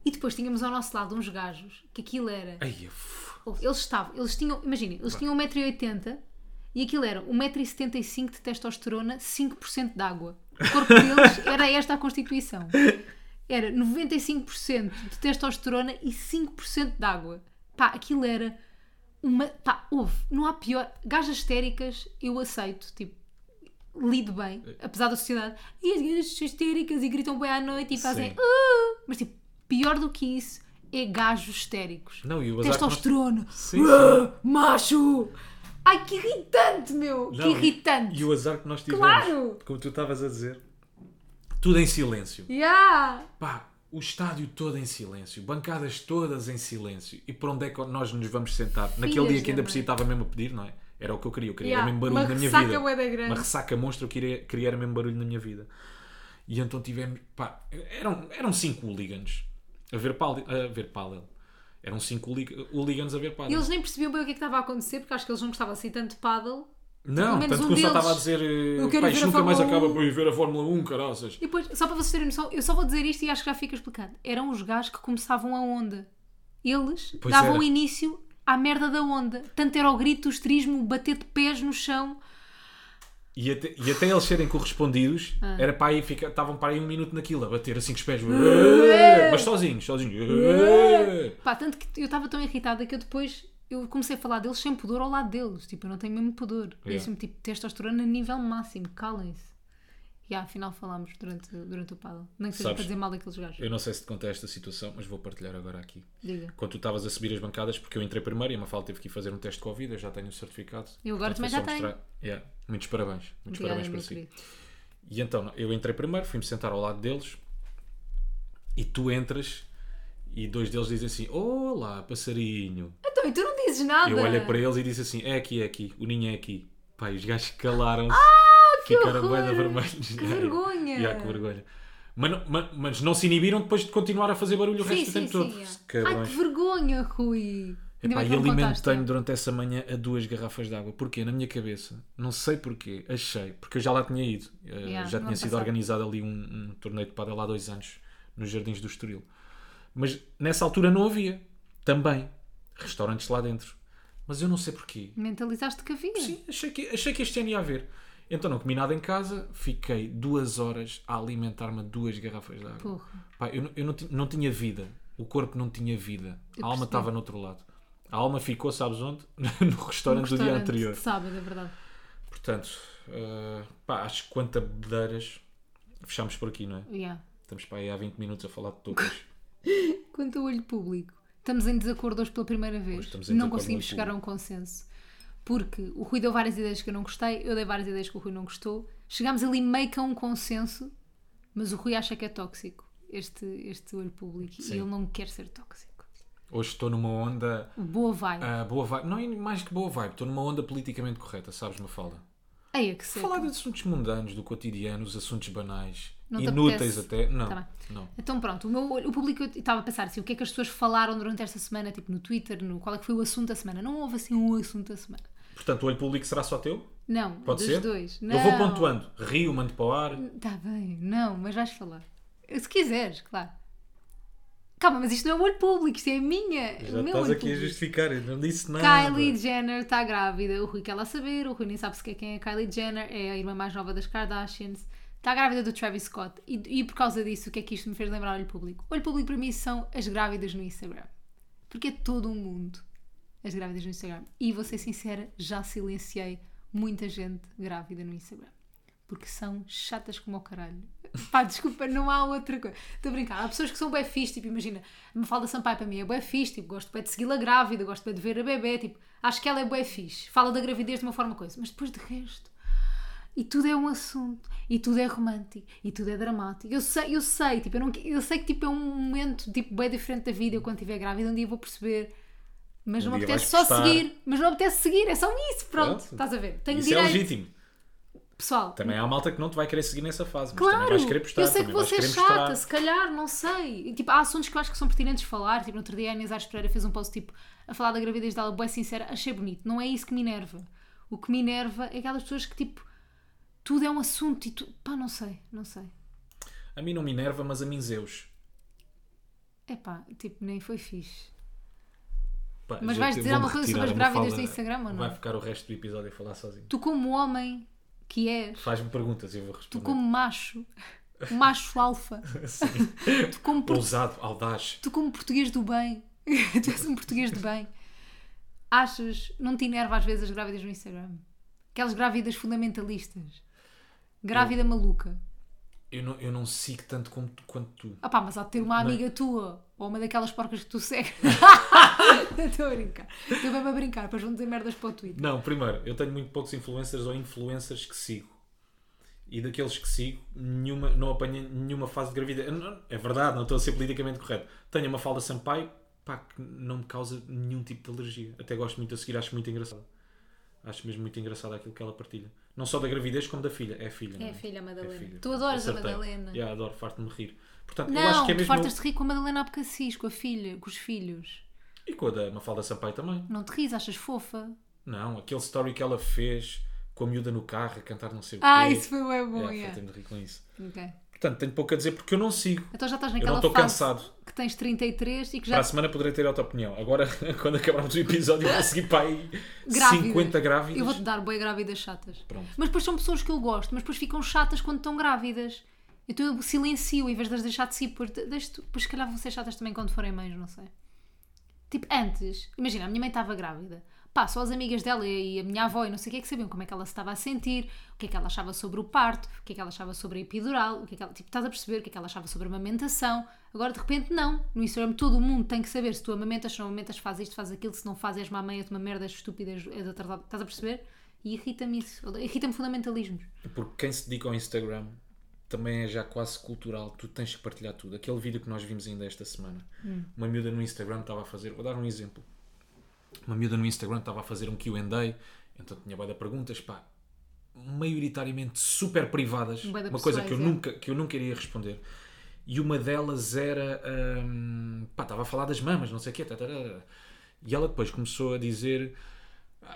[SPEAKER 1] E depois tínhamos ao nosso lado uns gajos que aquilo era.
[SPEAKER 2] Ai, é f...
[SPEAKER 1] Ouve, Eles estavam, eles tinham, imaginem, eles tinham 1,80m e aquilo era 1,75m de testosterona, 5% de água. O corpo deles era esta a constituição. Era 95% de testosterona e 5% de água. Pá, aquilo era uma. Pá, houve, não há pior. Gajas histéricas eu aceito, tipo, lido bem, apesar da sociedade. E as gajas são histéricas e gritam bem à noite e fazem.
[SPEAKER 2] Sim.
[SPEAKER 1] "Uh", mas tipo, pior do que isso é gajos histéricos.
[SPEAKER 2] Não, e o azar que nós-
[SPEAKER 1] Testosterona.
[SPEAKER 2] Sim,
[SPEAKER 1] Ah, macho! Ai, que irritante, meu! que
[SPEAKER 2] Não, e-
[SPEAKER 1] irritante!
[SPEAKER 2] E o azar que nós tivemos.
[SPEAKER 1] Claro!
[SPEAKER 2] Como tu estavas a dizer. Tudo em silêncio.
[SPEAKER 1] Yeah.
[SPEAKER 2] Pá, o estádio todo em silêncio. Bancadas todas em silêncio. E por onde é que nós nos vamos sentar? Naquele dia
[SPEAKER 1] da
[SPEAKER 2] que ainda
[SPEAKER 1] mãe.
[SPEAKER 2] por si estava mesmo a pedir, não é? Era o que eu queria. Eu queria
[SPEAKER 1] Yeah,
[SPEAKER 2] era mesmo barulho
[SPEAKER 1] uma
[SPEAKER 2] na minha
[SPEAKER 1] ressaca
[SPEAKER 2] vida.
[SPEAKER 1] bué da grande.
[SPEAKER 2] Uma ressaca monstro. Eu queria, queria era mesmo barulho na minha vida. E então tivemos. Pá, eram, eram cinco hooligans a ver pal- a ver pálel. Eram cinco hooli- hooligans a ver pálel.
[SPEAKER 1] Eles nem percebiam bem o que é que estava a acontecer, porque acho que eles não gostavam assim tanto de paddle. pelo
[SPEAKER 2] Não,
[SPEAKER 1] menos
[SPEAKER 2] tanto
[SPEAKER 1] um
[SPEAKER 2] que eu só
[SPEAKER 1] deles.
[SPEAKER 2] estava a dizer. eh,
[SPEAKER 1] Eu quero
[SPEAKER 2] Pá,
[SPEAKER 1] ver
[SPEAKER 2] isto
[SPEAKER 1] a
[SPEAKER 2] nunca mais
[SPEAKER 1] Fórmula
[SPEAKER 2] acaba
[SPEAKER 1] 1.
[SPEAKER 2] por ir ver a Fórmula 1, caraças.
[SPEAKER 1] E depois, só para vocês terem noção, eu só vou dizer isto e acho que já fica explicado. Eram os gajos que começavam a onda. Eles
[SPEAKER 2] Pois
[SPEAKER 1] davam
[SPEAKER 2] era.
[SPEAKER 1] início à merda da onda. Tanto era o grito, o estrismo, o bater de pés no chão.
[SPEAKER 2] E até, e até eles serem correspondidos,
[SPEAKER 1] Ah.
[SPEAKER 2] era para aí ficar, estavam para aí um minuto naquilo, a bater assim com os pés, mas sozinhos, sozinhos.
[SPEAKER 1] Pá, tanto que eu estava tão irritada que eu depois eu comecei a falar deles sem pudor ao lado deles. Tipo, eu não tenho mesmo pudor.
[SPEAKER 2] Yeah.
[SPEAKER 1] Disse-me tipo testosterona a nível máximo, calem-se. E ah, afinal falámos durante, durante o paddle. Nem que seja
[SPEAKER 2] Sabes-
[SPEAKER 1] para dizer mal daqueles gajos.
[SPEAKER 2] Eu não sei se te contei esta situação, mas vou partilhar agora aqui.
[SPEAKER 1] Diga.
[SPEAKER 2] Quando tu estavas a subir as bancadas, porque eu entrei primeiro e a Mafalda teve que ir fazer um teste de Covid, eu já tenho o certificado.
[SPEAKER 1] Eu agora também
[SPEAKER 2] Portanto, foi
[SPEAKER 1] já
[SPEAKER 2] só
[SPEAKER 1] tenho.
[SPEAKER 2] mostrar- Yeah, Muitos parabéns. Muitos
[SPEAKER 1] Obrigada,
[SPEAKER 2] parabéns para
[SPEAKER 1] meu
[SPEAKER 2] si.
[SPEAKER 1] querido.
[SPEAKER 2] E então eu entrei primeiro, fui-me sentar ao lado deles e tu entras e dois deles dizem assim: Olá, passarinho.
[SPEAKER 1] Então, e tu não dizes nada.
[SPEAKER 2] Eu olhei para eles e disse assim: É aqui, é aqui, o ninho é aqui. Pá, e os gajos calaram-se.
[SPEAKER 1] Ah, que
[SPEAKER 2] ficaram bué da
[SPEAKER 1] horror!
[SPEAKER 2] vermelhos.
[SPEAKER 1] Que vergonha!
[SPEAKER 2] Ya, que vergonha. Mas, não- ma- mas não se inibiram depois de continuar a fazer barulho o
[SPEAKER 1] Sim,
[SPEAKER 2] resto
[SPEAKER 1] sim,
[SPEAKER 2] do tempo
[SPEAKER 1] sim.
[SPEAKER 2] todo.
[SPEAKER 1] é. Ai,
[SPEAKER 2] Cabrões.
[SPEAKER 1] que vergonha, Rui. Ainda
[SPEAKER 2] Epá,
[SPEAKER 1] bem
[SPEAKER 2] e
[SPEAKER 1] que não me contaste,
[SPEAKER 2] alimentei-me
[SPEAKER 1] não.
[SPEAKER 2] durante essa manhã a duas garrafas de água. Porquê? Na minha cabeça. Não sei porquê. Achei. Porque eu já lá tinha ido. Eh,
[SPEAKER 1] Yeah,
[SPEAKER 2] já
[SPEAKER 1] no
[SPEAKER 2] tinha
[SPEAKER 1] ano
[SPEAKER 2] sido
[SPEAKER 1] passado.
[SPEAKER 2] organizado ali um, um torneio de pádel há dois anos. Nos Jardins do Estoril. Mas nessa altura não havia. Também. Restaurantes lá dentro. Mas eu não sei porquê.
[SPEAKER 1] Mentalizaste que havia.
[SPEAKER 2] Sim, achei que, achei que este ano ia haver. Então não comi nada em casa. Fiquei duas horas a alimentar-me a duas garrafas de água.
[SPEAKER 1] Porra.
[SPEAKER 2] Pá, eu, não- eu não, ti- não tinha vida. O corpo não tinha vida.
[SPEAKER 1] Eu
[SPEAKER 2] a alma
[SPEAKER 1] percebi.
[SPEAKER 2] estava no outro lado. A alma ficou, sabes onde? no
[SPEAKER 1] Um
[SPEAKER 2] restaurante do dia
[SPEAKER 1] restaurante
[SPEAKER 2] anterior.
[SPEAKER 1] de sábado, é verdade.
[SPEAKER 2] Portanto, eh, pá, acho que quanta bedeiras. Fechámos por aqui, não é?
[SPEAKER 1] Yeah.
[SPEAKER 2] Estamos para aí há 20 minutos a falar de tocas.
[SPEAKER 1] Quanto ao olho público, estamos em desacordo hoje pela primeira
[SPEAKER 2] Hoje
[SPEAKER 1] vez.
[SPEAKER 2] estamos em
[SPEAKER 1] Não
[SPEAKER 2] desacordo
[SPEAKER 1] conseguimos
[SPEAKER 2] no olho
[SPEAKER 1] chegar a um consenso. Porque o Rui deu várias ideias que eu não gostei, eu dei várias ideias que o Rui não gostou. Chegámos ali meio que a um consenso, mas o Rui acha que é tóxico este, este olho público
[SPEAKER 2] Sim.
[SPEAKER 1] e ele não quer ser tóxico.
[SPEAKER 2] Hoje estou numa onda.
[SPEAKER 1] Boa vai.
[SPEAKER 2] ah, boa vibe. Não é mais que boa vibe. Estou numa onda politicamente correta, sabes, Mafalda?
[SPEAKER 1] Aí é que sei.
[SPEAKER 2] Falar de assuntos mundanos, do cotidiano, os assuntos banais,
[SPEAKER 1] Não te
[SPEAKER 2] inúteis
[SPEAKER 1] apetece?
[SPEAKER 2] até. Não,
[SPEAKER 1] Tá bem.
[SPEAKER 2] não.
[SPEAKER 1] Então pronto, o, meu, olho- o público eu estava a pensar assim, o que é que as pessoas falaram durante esta semana, tipo no Twitter, no, qual é que foi o assunto da semana? Não houve assim um assunto da semana.
[SPEAKER 2] Portanto, o olho público será só teu?
[SPEAKER 1] Não,
[SPEAKER 2] Pode
[SPEAKER 1] dos
[SPEAKER 2] ser?
[SPEAKER 1] dois.
[SPEAKER 2] Eu vou
[SPEAKER 1] Não.
[SPEAKER 2] pontuando. Rio, mando para o ar.
[SPEAKER 1] Está Tá bem, não, mas vais falar. Se quiseres, claro. Calma, mas isto não é o olho público, isto é a minha. o meu olho público.
[SPEAKER 2] justificar, eu não disse
[SPEAKER 1] Kylie Jenner está grávida, o Rui quer lá saber, o Rui nem sabe sequer quem é Kylie Jenner, é a irmã mais nova das Kardashians, está grávida do Travis Scott e, e por causa disso o que é que isto me fez lembrar o olho público? O olho público para mim são as grávidas no Instagram, porque é todo um mundo as grávidas no Instagram e vou ser sincera, já silenciei muita gente grávida no Instagram. Porque são chatas como o caralho. Pá, desculpa, não há outra coisa. Estou a brincar. Há pessoas que são bué fixe, tipo, imagina, a Mafalda Sampaio para mim é bué fixe, tipo, gosto bué de segui-la grávida, gosto bué de ver a bebê, tipo, acho que ela é bué fixe. Fala da gravidez de uma forma coisa, mas depois de resto, e tudo é um assunto, e tudo é romântico, e tudo é dramático. Eu sei, eu sei, tipo, eu, não, que- eu sei que tipo, é um momento tipo, bem diferente da vida. Eu quando estiver grávida, um dia vou perceber. Mas
[SPEAKER 2] Um
[SPEAKER 1] não me
[SPEAKER 2] dia
[SPEAKER 1] apetece só
[SPEAKER 2] vais prestar.
[SPEAKER 1] seguir, mas não me apetece seguir, é só isso, pronto,
[SPEAKER 2] Pronto.
[SPEAKER 1] estás a ver? Tenho
[SPEAKER 2] Isso
[SPEAKER 1] direito,
[SPEAKER 2] é legítimo.
[SPEAKER 1] pessoal.
[SPEAKER 2] Também há malta que não te vai querer seguir nessa fase, mas também
[SPEAKER 1] Claro,
[SPEAKER 2] vais querer postar.
[SPEAKER 1] eu sei que
[SPEAKER 2] também
[SPEAKER 1] vou
[SPEAKER 2] vais
[SPEAKER 1] ser
[SPEAKER 2] querer
[SPEAKER 1] chata,
[SPEAKER 2] mostrar.
[SPEAKER 1] se calhar, não sei. E, tipo, há assuntos que eu acho que são pertinentes de falar. Tipo, no outro dia a Inês Aires Pereira fez um post tipo, a falar da gravidez dela, boa sincera, achei bonito. Não é isso que me enerva. O que me enerva é aquelas pessoas que, tipo, tudo é um assunto e tu... Pá, não sei, não sei.
[SPEAKER 2] A mim não me enerva, mas a mim Zeus.
[SPEAKER 1] É pá, tipo, nem foi fixe.
[SPEAKER 2] Pá,
[SPEAKER 1] Mas
[SPEAKER 2] gente,
[SPEAKER 1] vais
[SPEAKER 2] eu
[SPEAKER 1] dizer alguma
[SPEAKER 2] vou-me
[SPEAKER 1] coisa sobre
[SPEAKER 2] retirar,
[SPEAKER 1] as
[SPEAKER 2] a
[SPEAKER 1] grávidas
[SPEAKER 2] Mafalda
[SPEAKER 1] do Instagram ou não?
[SPEAKER 2] Vai ficar o resto do episódio a falar sozinho.
[SPEAKER 1] Tu, como homem que és,
[SPEAKER 2] Faz-me perguntas e eu vou
[SPEAKER 1] tu,
[SPEAKER 2] responder.
[SPEAKER 1] como macho, macho alfa, tu, como português.
[SPEAKER 2] Ousado, audaz.
[SPEAKER 1] tu como português do bem, tu és um português de bem, achas, não te enerva às vezes as grávidas no Instagram? Aquelas grávidas fundamentalistas. Grávida maluca.
[SPEAKER 2] Eu não, eu não sigo tanto como tu- quanto tu.
[SPEAKER 1] Ah pá, mas há de ter uma
[SPEAKER 2] Não.
[SPEAKER 1] amiga tua ou uma daquelas porcas que tu segues. Estou a brincar. Estou mesmo a brincar, depois vão dizer merdas para o Twitter.
[SPEAKER 2] Não, primeiro, eu tenho muito poucos influencers ou influencers que sigo. E daqueles que sigo, nenhuma, não apanhei nenhuma fase de gravidez. Eu não- É verdade, não estou a ser politicamente correto. Tenho uma falda Sampaio, pá, que não me causa nenhum tipo de alergia. Até gosto muito a seguir, acho muito engraçado. Acho mesmo muito engraçado aquilo que ela partilha. Não só da gravidez, como da filha. É a filha. não
[SPEAKER 1] a filha, a Madalena.
[SPEAKER 2] filha.
[SPEAKER 1] Tu adoras a
[SPEAKER 2] Acertei.
[SPEAKER 1] Madalena.
[SPEAKER 2] Yeah, adoro, farto-me de rir. Portanto, eu acho
[SPEAKER 1] Não,
[SPEAKER 2] que é
[SPEAKER 1] tu
[SPEAKER 2] mesmo.
[SPEAKER 1] fartas de rir com a Madalena Abcacis, com a filha, com os filhos.
[SPEAKER 2] E com a da Mafalda Sampaio também.
[SPEAKER 1] Não te ris, achas fofa?
[SPEAKER 2] Não, aquele story que ela fez com a miúda no carro a cantar não sei o quê.
[SPEAKER 1] Ah, isso foi bem bom,
[SPEAKER 2] É,
[SPEAKER 1] yeah.
[SPEAKER 2] fartei-me de rir com isso.
[SPEAKER 1] Ok.
[SPEAKER 2] Portanto, tenho pouco a dizer porque eu não sigo.
[SPEAKER 1] Então já estás
[SPEAKER 2] Eu não
[SPEAKER 1] naquela
[SPEAKER 2] estou
[SPEAKER 1] fase
[SPEAKER 2] cansado.
[SPEAKER 1] que tens 33 e que já
[SPEAKER 2] Para a semana poderei ter outra opinião. Agora, quando acabarmos o episódio, vou seguir para aí 50 grávidas.
[SPEAKER 1] Eu vou-te dar boé grávidas chatas.
[SPEAKER 2] Pronto.
[SPEAKER 1] Mas depois são pessoas que eu gosto, mas depois ficam chatas quando estão grávidas. Então eu silencio em vez de as deixar de si, pois, de- deixo- pois se calhar vão ser chatas também quando forem mães, não sei. Tipo, antes, imagina, a minha mãe estava grávida. Pá, só as amigas dela e a minha avó e não sei o que é que sabiam como é que ela se estava a sentir, o que é que ela achava sobre o parto, o que é que ela achava sobre a epidural, o que é que ela, tipo, estás a perceber o que é que ela achava sobre a amamentação. Agora, de repente, não. No Instagram todo o mundo tem que saber se tu amamentas, se não amamentas, faz isto, faz aquilo, se não faz és mamãe, és uma merda, és estúpida, és és atrasada. Estás a perceber? E irrita-me isso. Irrita-me fundamentalismos.
[SPEAKER 2] É Porque quem se dedica ao Instagram também é já quase cultural. Tu tens que partilhar tudo. Aquele vídeo que nós vimos ainda esta semana.
[SPEAKER 1] Hum.
[SPEAKER 2] Uma miúda no Instagram estava a fazer... Vou dar um exemplo. Uma miúda no Instagram estava a fazer um Q&A. Então tinha bué de perguntas, pá. Maioritariamente super privadas.
[SPEAKER 1] Bué de
[SPEAKER 2] Uma coisa que eu,
[SPEAKER 1] pessoais, é.
[SPEAKER 2] nunca, que eu nunca iria responder. E uma delas era... hum, pá, estava a falar das mamas, não sei o quê. tá, tatarara. E ela depois começou a dizer...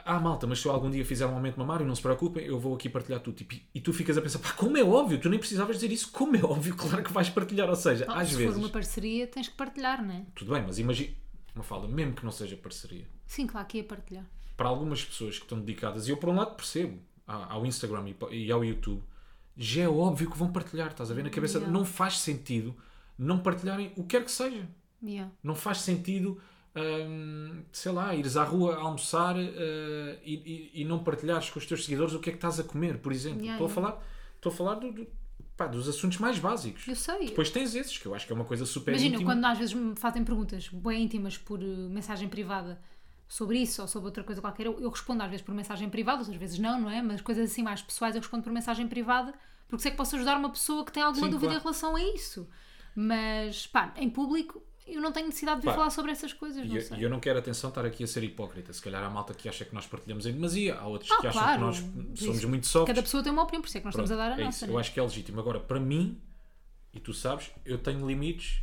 [SPEAKER 2] Ah, malta, mas se eu algum dia fizer um aumento mamário, não se preocupem, eu vou aqui partilhar tudo. Tipo, e tu ficas a pensar, pá, como é óbvio, tu nem precisavas dizer isso, como é óbvio, claro que vais partilhar. Ou seja,
[SPEAKER 1] Ah,
[SPEAKER 2] às
[SPEAKER 1] se
[SPEAKER 2] vezes,
[SPEAKER 1] for uma parceria, tens que partilhar, não é?
[SPEAKER 2] tudo bem, mas imagina, uma fala, mesmo que não seja parceria,
[SPEAKER 1] Sim, claro que ia partilhar.
[SPEAKER 2] para algumas pessoas que estão dedicadas, e eu por um lado percebo, a- ao Instagram e pa- e ao YouTube, já é óbvio que vão partilhar, estás a ver? Na cabeça,
[SPEAKER 1] Yeah.
[SPEAKER 2] não faz sentido não partilharem o que quer que seja.
[SPEAKER 1] Yeah.
[SPEAKER 2] Não faz sentido, hum, sei lá, ires à rua almoçar uh, e, e- e não partilhares com os teus seguidores o que é que estás a comer, por exemplo.
[SPEAKER 1] Yeah,
[SPEAKER 2] estou,
[SPEAKER 1] yeah.
[SPEAKER 2] A falar, estou a falar do- do- pá, dos assuntos mais básicos.
[SPEAKER 1] Eu sei.
[SPEAKER 2] Depois tens esses, que eu acho que é uma coisa super
[SPEAKER 1] Imagina,
[SPEAKER 2] íntima.
[SPEAKER 1] quando às vezes me fazem perguntas bem íntimas por eh, mensagem privada sobre isso ou sobre outra coisa qualquer, eu, eu respondo às vezes por mensagem privada, outras vezes não, não é? Mas coisas assim mais pessoais eu respondo por mensagem privada porque sei que posso ajudar uma pessoa que tem alguma
[SPEAKER 2] Sim,
[SPEAKER 1] dúvida
[SPEAKER 2] claro.
[SPEAKER 1] em relação a isso. Mas, pá, em público eu não tenho necessidade de vir
[SPEAKER 2] Pá,
[SPEAKER 1] falar sobre essas coisas, não
[SPEAKER 2] E eu,
[SPEAKER 1] sei.
[SPEAKER 2] e eu não quero, atenção, estar aqui a ser hipócrita. Se calhar há malta que acha que nós partilhamos em demasia, há outros
[SPEAKER 1] Ah,
[SPEAKER 2] que acham
[SPEAKER 1] claro.
[SPEAKER 2] que nós somos
[SPEAKER 1] Isso.
[SPEAKER 2] muito soft.
[SPEAKER 1] Cada pessoa tem uma opinião, por isso é que nós
[SPEAKER 2] Pronto,
[SPEAKER 1] estamos a dar a
[SPEAKER 2] é
[SPEAKER 1] nossa.
[SPEAKER 2] isso.
[SPEAKER 1] né?
[SPEAKER 2] Eu acho que é legítimo. Agora, para mim, e tu sabes, eu tenho limites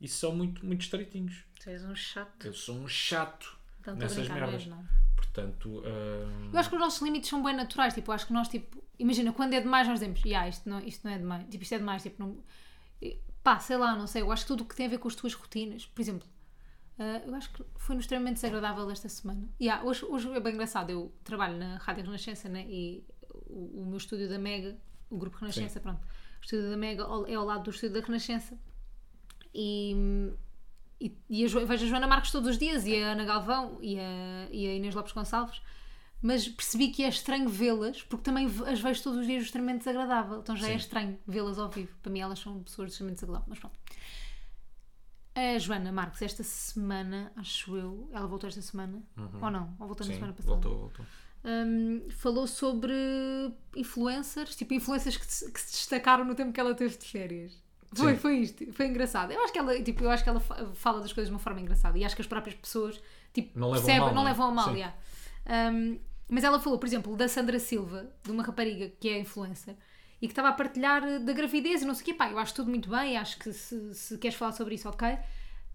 [SPEAKER 2] e são muito, muito estreitinhos.
[SPEAKER 1] Tu és um chato.
[SPEAKER 2] Eu sou um chato
[SPEAKER 1] Então, estou a
[SPEAKER 2] nessas
[SPEAKER 1] brincar, não
[SPEAKER 2] merdas.
[SPEAKER 1] és, não.
[SPEAKER 2] Portanto, hum,
[SPEAKER 1] Eu acho que os nossos limites são bem naturais. Tipo, eu acho que nós, tipo, imagina, quando é demais, nós dizemos, yeah, isto, não, isto não é demais. Tipo, isto é demais. Tipo, não... e, Pá, sei lá, não sei. Eu acho que tudo o que tem a ver com as tuas rotinas, por exemplo, ah, eu acho que foi no extremamente desagradável esta semana. Yeah, hoje, hoje é bem engraçado. Eu trabalho na Rádio Renascença né? e o, o meu estúdio da Mega, o Grupo Renascença, pronto, o estúdio da Mega ao- é ao lado do estúdio da Renascença. E e, e a Jo- vejo a Joana Marques todos os dias e a Ana Galvão e a, e a Inês Lopes Gonçalves mas percebi que é estranho vê-las, porque também ve- as vejo todos os dias extremamente desagradável. Então já é
[SPEAKER 2] Sim.
[SPEAKER 1] estranho vê-las ao vivo. Para mim, elas são pessoas extremamente desagradáveis, mas pronto. A Joana Marques, esta semana, acho eu, ela voltou esta semana, ou não? Ou voltou na
[SPEAKER 2] Uhum. Sim,
[SPEAKER 1] semana passada?
[SPEAKER 2] voltou, voltou.
[SPEAKER 1] Hum, falou sobre influencers, tipo influencers que, se- que se destacaram no tempo que ela teve de férias. Foi,
[SPEAKER 2] Sim.
[SPEAKER 1] foi isto, foi engraçado. Eu acho que ela, tipo, eu acho que ela fa- fala das coisas de uma forma engraçada e acho que as próprias pessoas, tipo,
[SPEAKER 2] Não levam
[SPEAKER 1] percebem,
[SPEAKER 2] mal,
[SPEAKER 1] não
[SPEAKER 2] não é?
[SPEAKER 1] levam a mal,
[SPEAKER 2] Sim.
[SPEAKER 1] já. Hum, mas ela falou, por exemplo, da Sandra Silva, de uma rapariga que é influencer e que estava a partilhar eh, da gravidez e não sei o quê. Pá, eu acho tudo muito bem, acho que se, se queres falar sobre isso, ok.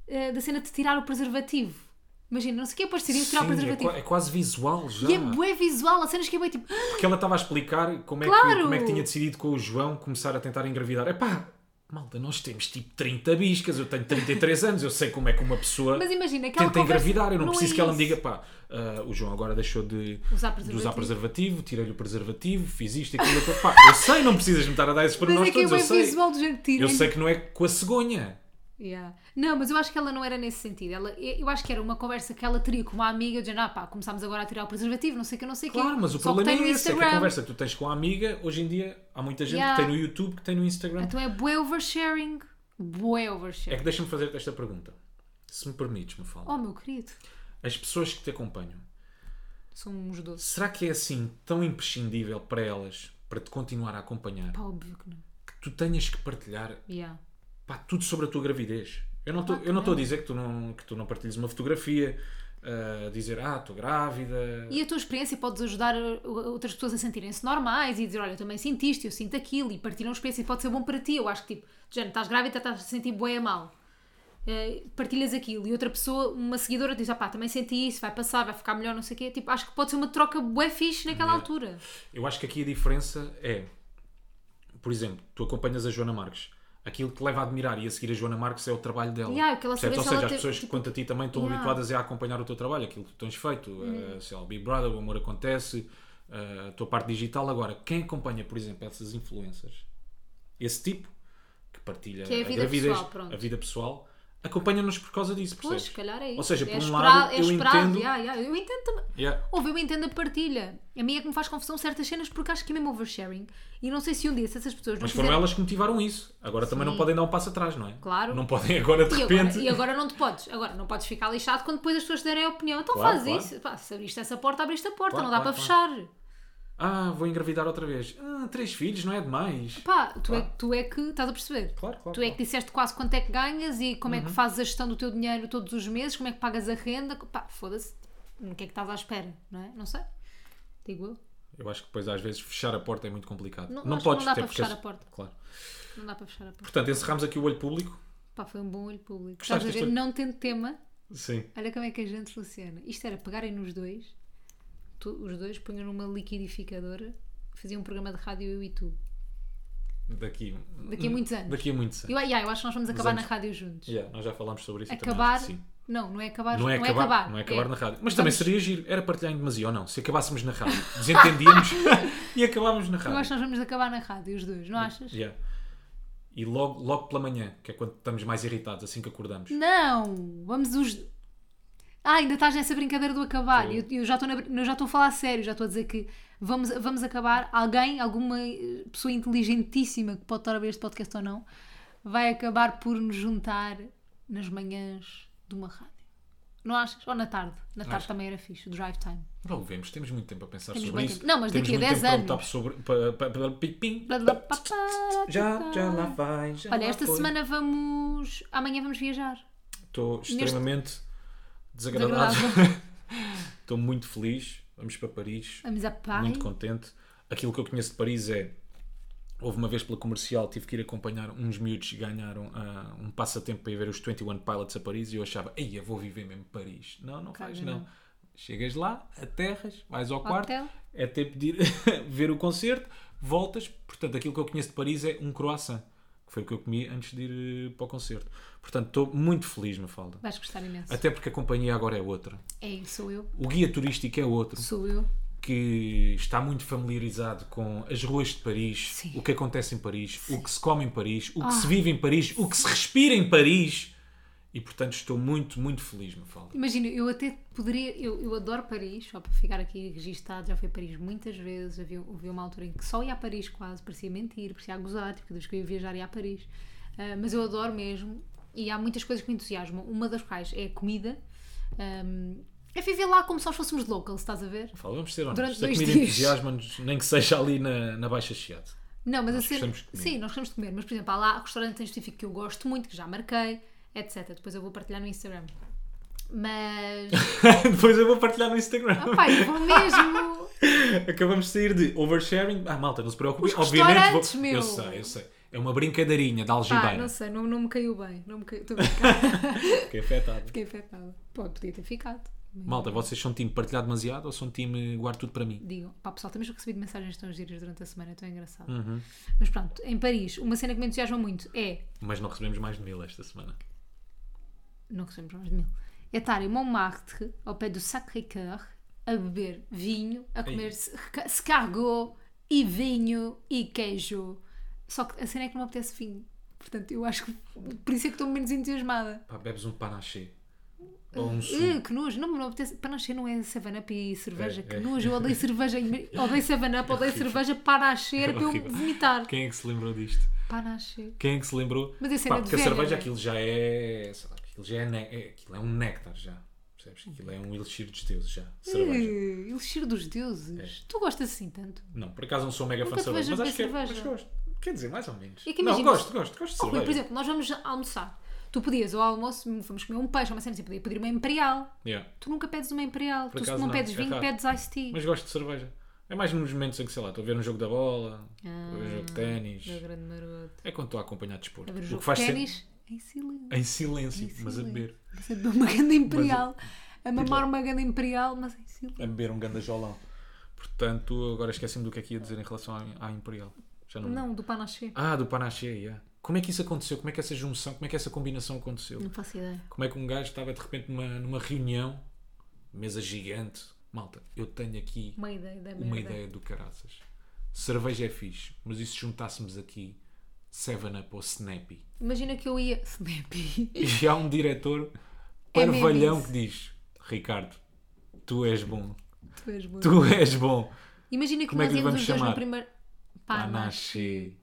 [SPEAKER 1] Eh, da cena de tirar o preservativo. Imagina, não sei o que apareceria tirar o
[SPEAKER 2] Sim, é,
[SPEAKER 1] preservativo.
[SPEAKER 2] qua- é quase visual já.
[SPEAKER 1] tipo, E é bué visual, a cenas que é bué tipo. "Ah,
[SPEAKER 2] Porque ela estava a explicar como é,
[SPEAKER 1] Claro!
[SPEAKER 2] que, como é que tinha decidido com o João começar a tentar engravidar. Epá, malta, nós temos tipo 30 biscas, eu tenho 33 anos, eu sei como é que uma pessoa
[SPEAKER 1] Mas imagina, aquela
[SPEAKER 2] tenta
[SPEAKER 1] conversa-
[SPEAKER 2] engravidar. Eu não,
[SPEAKER 1] não
[SPEAKER 2] preciso
[SPEAKER 1] é
[SPEAKER 2] que ela me
[SPEAKER 1] isso.
[SPEAKER 2] diga, pá, ah, o João agora deixou de de
[SPEAKER 1] Usar
[SPEAKER 2] usar
[SPEAKER 1] preservativo.
[SPEAKER 2] preservativo, tirei-lhe o preservativo, fiz isto e aquilo. aquilo. Pá, eu sei, não precisas me estar a dar esses
[SPEAKER 1] Mas
[SPEAKER 2] pormenores
[SPEAKER 1] é que é
[SPEAKER 2] todos, eu
[SPEAKER 1] bué
[SPEAKER 2] sei.
[SPEAKER 1] visual do género tira.
[SPEAKER 2] Eu sei que não é com a cegonha.
[SPEAKER 1] Yeah. Não, mas eu acho que ela não era nesse sentido. Ela, eu acho que era uma conversa que ela teria com uma amiga, dizendo, ah pá, começámos agora a tirar o preservativo, não sei o que, não sei o que.
[SPEAKER 2] Claro, mas o problema é esse, é que a conversa que tu tens com a amiga, hoje em dia, há muita gente
[SPEAKER 1] Yeah.
[SPEAKER 2] que tem no YouTube, que tem no Instagram.
[SPEAKER 1] Então é bué oversharing. Bué oversharing.
[SPEAKER 2] É que deixa-me fazer-te esta pergunta. Se me permites, me fala.
[SPEAKER 1] Oh, meu querido.
[SPEAKER 2] As pessoas que te acompanham,
[SPEAKER 1] São uns doces.
[SPEAKER 2] será que é assim tão imprescindível para elas, para te continuar a acompanhar,
[SPEAKER 1] Pá, óbvio que não.
[SPEAKER 2] que tu tenhas que partilhar
[SPEAKER 1] Yeah.
[SPEAKER 2] pá, tudo sobre a tua gravidez? Eu não estou a dizer que tu não, que tu não partilhes uma fotografia, ah, dizer, ah, estou grávida.
[SPEAKER 1] E a tua experiência podes ajudar uh, outras pessoas a sentirem-se normais e dizer, olha, eu também senti isto, eu sinto aquilo, e partilham a experiência e pode ser bom para ti. Eu acho que, tipo, do género, estás grávida, estás a sentir bué mal. Eh, partilhas aquilo e outra pessoa, uma seguidora, diz, ah pá, também senti isso, vai passar, vai ficar melhor, não sei o quê. Tipo, acho que pode ser uma troca bué fixe naquela
[SPEAKER 2] Yeah.
[SPEAKER 1] altura.
[SPEAKER 2] Eu acho que aqui a diferença é, por exemplo, tu acompanhas a Joana Marques. Aquilo que te leva a admirar e a seguir a Joana Marques é o trabalho dela.
[SPEAKER 1] Yeah, aquela
[SPEAKER 2] Percebes? Ou
[SPEAKER 1] saber se
[SPEAKER 2] seja,
[SPEAKER 1] ela
[SPEAKER 2] as
[SPEAKER 1] teve-
[SPEAKER 2] pessoas que
[SPEAKER 1] tipo,
[SPEAKER 2] quanto a ti também estão
[SPEAKER 1] yeah. Uhum.
[SPEAKER 2] habituadas é a acompanhar o teu trabalho, aquilo que tu tens feito, eh, sei lá, o Big Brother, o Amor Acontece, eh, a tua parte digital. Agora, quem acompanha, por exemplo, essas influencers, esse tipo que partilha
[SPEAKER 1] Que é a
[SPEAKER 2] a,
[SPEAKER 1] vida
[SPEAKER 2] gravidez,
[SPEAKER 1] pessoal, pronto.
[SPEAKER 2] a vida pessoal, acompanha-nos por causa disso,
[SPEAKER 1] Pois,
[SPEAKER 2] percebes?
[SPEAKER 1] se calhar é isso.
[SPEAKER 2] Ou seja,
[SPEAKER 1] é
[SPEAKER 2] por um
[SPEAKER 1] esperado,
[SPEAKER 2] lado,
[SPEAKER 1] é
[SPEAKER 2] eu
[SPEAKER 1] esperado,
[SPEAKER 2] entendo-
[SPEAKER 1] yeah, yeah, eu entendo também.
[SPEAKER 2] Yeah.
[SPEAKER 1] Ouve, eu entendo a partilha. A mim é que me faz confusão certas cenas porque acho que é mesmo oversharing. E não sei se um dia, se essas pessoas não
[SPEAKER 2] Mas foram
[SPEAKER 1] fizerem-
[SPEAKER 2] elas que motivaram isso. Agora também não
[SPEAKER 1] Sim.
[SPEAKER 2] podem dar um passo atrás, não é?
[SPEAKER 1] Claro.
[SPEAKER 2] Não podem agora de
[SPEAKER 1] E
[SPEAKER 2] repente.
[SPEAKER 1] agora, e agora não te podes. Agora não podes ficar lixado quando depois as pessoas te derem a opinião. Então
[SPEAKER 2] Claro,
[SPEAKER 1] faz
[SPEAKER 2] claro.
[SPEAKER 1] isso. Pá, se abriste essa porta, abriste a porta.
[SPEAKER 2] Claro,
[SPEAKER 1] não dá
[SPEAKER 2] claro,
[SPEAKER 1] para fechar.
[SPEAKER 2] Ah, vou engravidar outra vez. Ah, três filhos, não é demais?
[SPEAKER 1] Pá, tu, é,
[SPEAKER 2] Claro.
[SPEAKER 1] tu é que estás a perceber.
[SPEAKER 2] Claro, claro. Uhum.
[SPEAKER 1] Tu é que disseste quase quanto é que ganhas e como é que fazes a gestão do teu dinheiro todos os meses, como é que pagas a renda. Pá, foda-se. O que é que estás à espera? Não é? Não sei. Digo eu.
[SPEAKER 2] Eu acho que depois às vezes fechar a porta é muito complicado.
[SPEAKER 1] Não- acho
[SPEAKER 2] Não,
[SPEAKER 1] que
[SPEAKER 2] podes
[SPEAKER 1] não dá
[SPEAKER 2] ter
[SPEAKER 1] para
[SPEAKER 2] porque-
[SPEAKER 1] fechar a porta.
[SPEAKER 2] Claro.
[SPEAKER 1] Não dá para fechar a porta.
[SPEAKER 2] Portanto, encerramos aqui o olho público.
[SPEAKER 1] Pá, foi um bom olho público. Estás
[SPEAKER 2] Gostaste
[SPEAKER 1] a ver?
[SPEAKER 2] deste
[SPEAKER 1] Não tendo tema.
[SPEAKER 2] Sim.
[SPEAKER 1] Olha como é que a gente funciona. Isto era pegarem nos dois, tu- os dois punham numa liquidificadora, faziam um programa de rádio eu e tu.
[SPEAKER 2] Daqui, um-
[SPEAKER 1] Daqui a muitos anos.
[SPEAKER 2] Daqui a muitos
[SPEAKER 1] Eu, ah,
[SPEAKER 2] anos.
[SPEAKER 1] yeah, eu acho que nós vamos acabar na
[SPEAKER 2] anos.
[SPEAKER 1] rádio juntos.
[SPEAKER 2] Yeah, nós já falámos sobre isso. e também
[SPEAKER 1] Acabar.
[SPEAKER 2] acho que sim.
[SPEAKER 1] Não, não é acabar.
[SPEAKER 2] Não é acabar, não é acabar na rádio. Mas também seria giro. Era partilhar em demasia ou não. Se acabássemos na rádio, desentendíamos e acabávamos na
[SPEAKER 1] Eu acho
[SPEAKER 2] rádio.
[SPEAKER 1] que nós vamos acabar na rádio, os dois, não achas?
[SPEAKER 2] Yeah. E logo, logo pela manhã, que é quando estamos mais irritados, assim que acordamos.
[SPEAKER 1] Não! Vamos os. Ah, ainda estás nessa brincadeira do acabar.
[SPEAKER 2] Tô.
[SPEAKER 1] Eu, eu já estou na- eu já estou a falar a sério, já estou a dizer que vamos, vamos acabar. Alguém, alguma eh, pessoa inteligentíssima que pode estar a ver este podcast ou não, vai acabar por nos juntar nas manhãs de uma rádio. Não achas? Ou na tarde? Na tarde
[SPEAKER 2] Acho.
[SPEAKER 1] também era fixe, o drive time.
[SPEAKER 2] Logo vemos, temos muito tempo a pensar
[SPEAKER 1] Temos
[SPEAKER 2] sobre
[SPEAKER 1] muito
[SPEAKER 2] isso.
[SPEAKER 1] tempo. Não, mas
[SPEAKER 2] temos
[SPEAKER 1] daqui a 10
[SPEAKER 2] muito tempo
[SPEAKER 1] anos.
[SPEAKER 2] Para lutar sobre. Para, para, para, pim.
[SPEAKER 1] Blá, blá, pá, pá,
[SPEAKER 2] Já,
[SPEAKER 1] tá.
[SPEAKER 2] já lá vai. Já
[SPEAKER 1] Olha,
[SPEAKER 2] lá
[SPEAKER 1] esta
[SPEAKER 2] foi.
[SPEAKER 1] semana vamos. Amanhã vamos viajar.
[SPEAKER 2] Estou extremamente desagradado.
[SPEAKER 1] Desagradável.
[SPEAKER 2] Estou muito feliz. Vamos para Paris.
[SPEAKER 1] Vamos a pai.
[SPEAKER 2] Muito contente. Aquilo que eu conheço de Paris é. Houve uma vez pela comercial, tive que ir acompanhar uns miúdos que ganharam ah, um passatempo para ir ver os 21 Pilots a Paris e eu achava, ei, eu vou viver mesmo Paris. Não, não faz,
[SPEAKER 1] Claro,
[SPEAKER 2] não. Chegas lá, aterras, vais ao quarto,
[SPEAKER 1] hotel.
[SPEAKER 2] é tempo de ir ver o concerto, voltas. Portanto, aquilo que eu conheço de Paris é um croissant, que foi o que eu comi antes de ir eh, para o concerto. Portanto, estou muito feliz, Mafalda.
[SPEAKER 1] Vais gostar imenso.
[SPEAKER 2] Até porque a companhia agora é outra.
[SPEAKER 1] É, sou eu.
[SPEAKER 2] O guia turístico é outro,
[SPEAKER 1] Sou eu.
[SPEAKER 2] que está muito familiarizado com as ruas de Paris,
[SPEAKER 1] Sim. Ah.
[SPEAKER 2] o que acontece em Paris, o que se come em Paris, o que se vive em Paris, o que se respira em Paris. E portanto estou muito, muito feliz, Mafalda.
[SPEAKER 1] Imagina, eu até poderia. Eu, eu adoro Paris, só para ficar aqui registado. Já fui a Paris muitas vezes. Havia, havia uma altura em que só ia a Paris quase, parecia mentir, parecia gozar, porque desde que eu ia viajar ia a Paris. Ah, mas eu adoro mesmo e há muitas coisas que me entusiasmam. Uma das quais é a comida. Ahm, é viver lá como se nós fôssemos locals, estás a ver?
[SPEAKER 2] Mafalda, vamos ser
[SPEAKER 1] Durante
[SPEAKER 2] honestos. a
[SPEAKER 1] dois
[SPEAKER 2] comida
[SPEAKER 1] dias.
[SPEAKER 2] entusiasma-nos, nem que seja ali na, na Baixa Chiado.
[SPEAKER 1] Não, mas
[SPEAKER 2] Nós
[SPEAKER 1] a ser.
[SPEAKER 2] gostamos de comer.
[SPEAKER 1] Sim, nós gostamos de comer, mas por exemplo, há lá restaurantes específico que eu gosto muito, que já marquei, etc. Depois eu vou partilhar no Instagram. Mas.
[SPEAKER 2] Depois eu vou partilhar no Instagram.
[SPEAKER 1] Ah, pá, eu vou mesmo!
[SPEAKER 2] Acabamos de sair de oversharing. Ah, malta, não se preocupe.
[SPEAKER 1] Os
[SPEAKER 2] Obviamente
[SPEAKER 1] restaurantes, meu.
[SPEAKER 2] Eu sei, eu sei. É uma brincadeirinha de
[SPEAKER 1] Pá,
[SPEAKER 2] algibeira.
[SPEAKER 1] Ah, não sei, não, não me caiu bem. Não me caiu. Estou a brincar.
[SPEAKER 2] Fiquei afetado.
[SPEAKER 1] Fiquei afetada. Pô, podia ter ficado.
[SPEAKER 2] Malta, vocês são um time partilhar demasiado ou são um time guardo tudo para mim?
[SPEAKER 1] Digam. Pá, pessoal, também já recebi mensagens tão giras durante a semana, é tão engraçado. Mas pronto, em Paris, uma cena que me entusiasma muito é.
[SPEAKER 2] Mas não recebemos mais de mil esta semana.
[SPEAKER 1] Não recebemos mais de mil. É estar em Montmartre, ao pé do Sacré-Cœur, a beber vinho, a comer se- reca- escargot e vinho e queijo. Só que a cena é que não me apetece vinho. Portanto, eu acho que por isso é que estou menos entusiasmada.
[SPEAKER 2] Pá, bebes um panaché. Ou um sumo.
[SPEAKER 1] Uh, que nojo, não, não apetece. Para nascer não é 7 up e cerveja,
[SPEAKER 2] É,
[SPEAKER 1] que
[SPEAKER 2] é.
[SPEAKER 1] nojo. Eu odeio cerveja, odeio 7 up, odeio cerveja para nascer, para eu
[SPEAKER 2] horrível.
[SPEAKER 1] vomitar.
[SPEAKER 2] Quem é que se lembrou disto?
[SPEAKER 1] Para nascer.
[SPEAKER 2] Quem é que se lembrou?
[SPEAKER 1] Mas isso é
[SPEAKER 2] Pá,
[SPEAKER 1] de
[SPEAKER 2] porque
[SPEAKER 1] velha,
[SPEAKER 2] a cerveja
[SPEAKER 1] não é?
[SPEAKER 2] aquilo já é. Sei lá, aquilo já é, ne- é- aquilo é um néctar já. Percebes? Aquilo é um elixir dos deuses já. Cerveja. É.
[SPEAKER 1] Uh, elixir dos deuses. Tu gostas assim tanto?
[SPEAKER 2] Não, por acaso não sou mega fã
[SPEAKER 1] Nunca
[SPEAKER 2] de
[SPEAKER 1] te vejo
[SPEAKER 2] cerveja, mas
[SPEAKER 1] a
[SPEAKER 2] acho que é,
[SPEAKER 1] beber
[SPEAKER 2] mas
[SPEAKER 1] cerveja.
[SPEAKER 2] gosto. Quer dizer, mais ou menos.
[SPEAKER 1] É que
[SPEAKER 2] não,
[SPEAKER 1] imagina-
[SPEAKER 2] gosto, gosto, gosto de
[SPEAKER 1] Ou,
[SPEAKER 2] cerveja.
[SPEAKER 1] por exemplo, nós vamos almoçar. Tu podias ao almoço, fomos comer um peixe, uma cena assim, podia pedir uma imperial.
[SPEAKER 2] Yeah.
[SPEAKER 1] Tu nunca pedes uma imperial. tu se
[SPEAKER 2] acaso
[SPEAKER 1] não,
[SPEAKER 2] não,
[SPEAKER 1] pedes
[SPEAKER 2] é
[SPEAKER 1] vinho,
[SPEAKER 2] raro.
[SPEAKER 1] pedes iced tea.
[SPEAKER 2] Mas gosto de cerveja. É mais nos momentos em que, sei lá, estou a ver um jogo da bola,
[SPEAKER 1] Ah,
[SPEAKER 2] estou a ver um jogo de ténis.
[SPEAKER 1] Meu grande maroto.
[SPEAKER 2] É quando estou a acompanhar desporto.
[SPEAKER 1] A ver o
[SPEAKER 2] o que
[SPEAKER 1] jogo
[SPEAKER 2] faz
[SPEAKER 1] de
[SPEAKER 2] ser
[SPEAKER 1] ténis É em silêncio.
[SPEAKER 2] em silêncio,
[SPEAKER 1] Em
[SPEAKER 2] mas a
[SPEAKER 1] silêncio.
[SPEAKER 2] beber.
[SPEAKER 1] Mas a beber uma grande imperial.
[SPEAKER 2] é
[SPEAKER 1] A mamar uma grande imperial, mas é em silêncio.
[SPEAKER 2] A beber um gandajolão. Portanto, agora esqueci-me do que é que ia dizer em relação à, à Imperial. Já não, me lembro.
[SPEAKER 1] Não, do panache.
[SPEAKER 2] É. Ah, do Panache, yeah. Como é que isso aconteceu? Como é que essa junção, como é que essa combinação aconteceu?
[SPEAKER 1] Não faço ideia.
[SPEAKER 2] Como é que um gajo estava de repente numa, numa reunião, mesa gigante. Malta, eu tenho aqui
[SPEAKER 1] Uma ideia da merda.
[SPEAKER 2] uma ideia do caraças. Cerveja é fixe, mas e se juntássemos aqui 7up ou Snappy?
[SPEAKER 1] Imagina que eu ia. Snappy.
[SPEAKER 2] E há um diretor
[SPEAKER 1] É mesmo
[SPEAKER 2] parvalhão
[SPEAKER 1] isso.
[SPEAKER 2] que diz: Ricardo, tu és bom,
[SPEAKER 1] Tu és boa.
[SPEAKER 2] tu és bom.
[SPEAKER 1] Imagina que
[SPEAKER 2] Como é
[SPEAKER 1] nós
[SPEAKER 2] que lhe
[SPEAKER 1] íamos
[SPEAKER 2] vamos
[SPEAKER 1] os dois no
[SPEAKER 2] chamar?
[SPEAKER 1] primeiro. Panache.
[SPEAKER 2] Panache.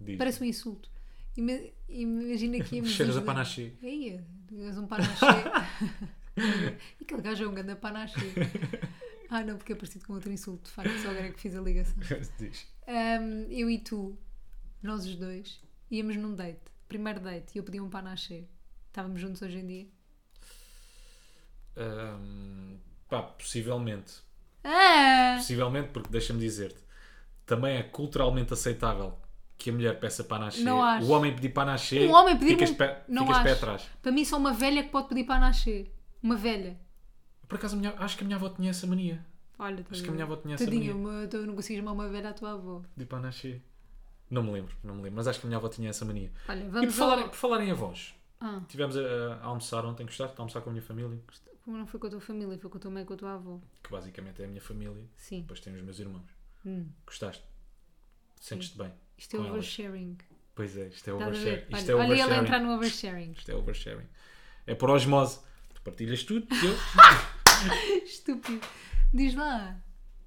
[SPEAKER 2] Diz.
[SPEAKER 1] Parece um insulto. Ima- Imagina que íamos.
[SPEAKER 2] Cheiras
[SPEAKER 1] os
[SPEAKER 2] a
[SPEAKER 1] dois-
[SPEAKER 2] panache.
[SPEAKER 1] Aí, és um panache. E Aquele gajo é um grande panache. Ah, não, porque é parecido com outro insulto, de facto, só agora é que fiz a ligação.
[SPEAKER 2] Diz.
[SPEAKER 1] Ahm, eu e tu, nós os dois, íamos num date, primeiro date, e eu pedi um panache. Estávamos juntos hoje em dia.
[SPEAKER 2] Ahm, pá, possivelmente.
[SPEAKER 1] Ah!
[SPEAKER 2] Possivelmente, porque deixa-me dizer-te, também é culturalmente aceitável que a mulher peça panache,
[SPEAKER 1] Não acho.
[SPEAKER 2] o homem pedir panache,
[SPEAKER 1] Um homem pedir-me
[SPEAKER 2] ficas,
[SPEAKER 1] um-
[SPEAKER 2] pé,
[SPEAKER 1] não
[SPEAKER 2] ficas pé
[SPEAKER 1] acho.
[SPEAKER 2] atrás.
[SPEAKER 1] Para mim, só uma velha que pode pedir panache. Uma velha.
[SPEAKER 2] Por acaso, a minha- acho que a minha avó tinha essa mania
[SPEAKER 1] Olha, estás
[SPEAKER 2] Acho que
[SPEAKER 1] a
[SPEAKER 2] a minha
[SPEAKER 1] ver?
[SPEAKER 2] avó tinha essa
[SPEAKER 1] Tadinha,
[SPEAKER 2] mania.
[SPEAKER 1] uma- tu não consegues chamar uma velha à tua avó.
[SPEAKER 2] de panache. Não me lembro, não me lembro, mas acho que a minha avó tinha essa mania.
[SPEAKER 1] Olha,
[SPEAKER 2] E por
[SPEAKER 1] vamos
[SPEAKER 2] falar,
[SPEAKER 1] ao...
[SPEAKER 2] por falar em avós,
[SPEAKER 1] Ah.
[SPEAKER 2] tivemos a, a almoçar ontem, gostaste de almoçar com a minha família,
[SPEAKER 1] Como não foi com a tua família, foi com a tua mãe e com a tua avó.
[SPEAKER 2] que basicamente é a minha família,
[SPEAKER 1] Sim.
[SPEAKER 2] depois tem os meus irmãos.
[SPEAKER 1] Hum.
[SPEAKER 2] Gostaste? Sentes-te bem?
[SPEAKER 1] Isto é
[SPEAKER 2] com elas?
[SPEAKER 1] oversharing.
[SPEAKER 2] Pois é, isto
[SPEAKER 1] Estás
[SPEAKER 2] é
[SPEAKER 1] a ver?
[SPEAKER 2] oversharing. Isto é
[SPEAKER 1] Olha, olha ele a
[SPEAKER 2] oversharing.
[SPEAKER 1] entrar no oversharing.
[SPEAKER 2] Isto é oversharing. É por osmose. Tu partilhas tudo, eu.
[SPEAKER 1] Estúpido. Diz lá.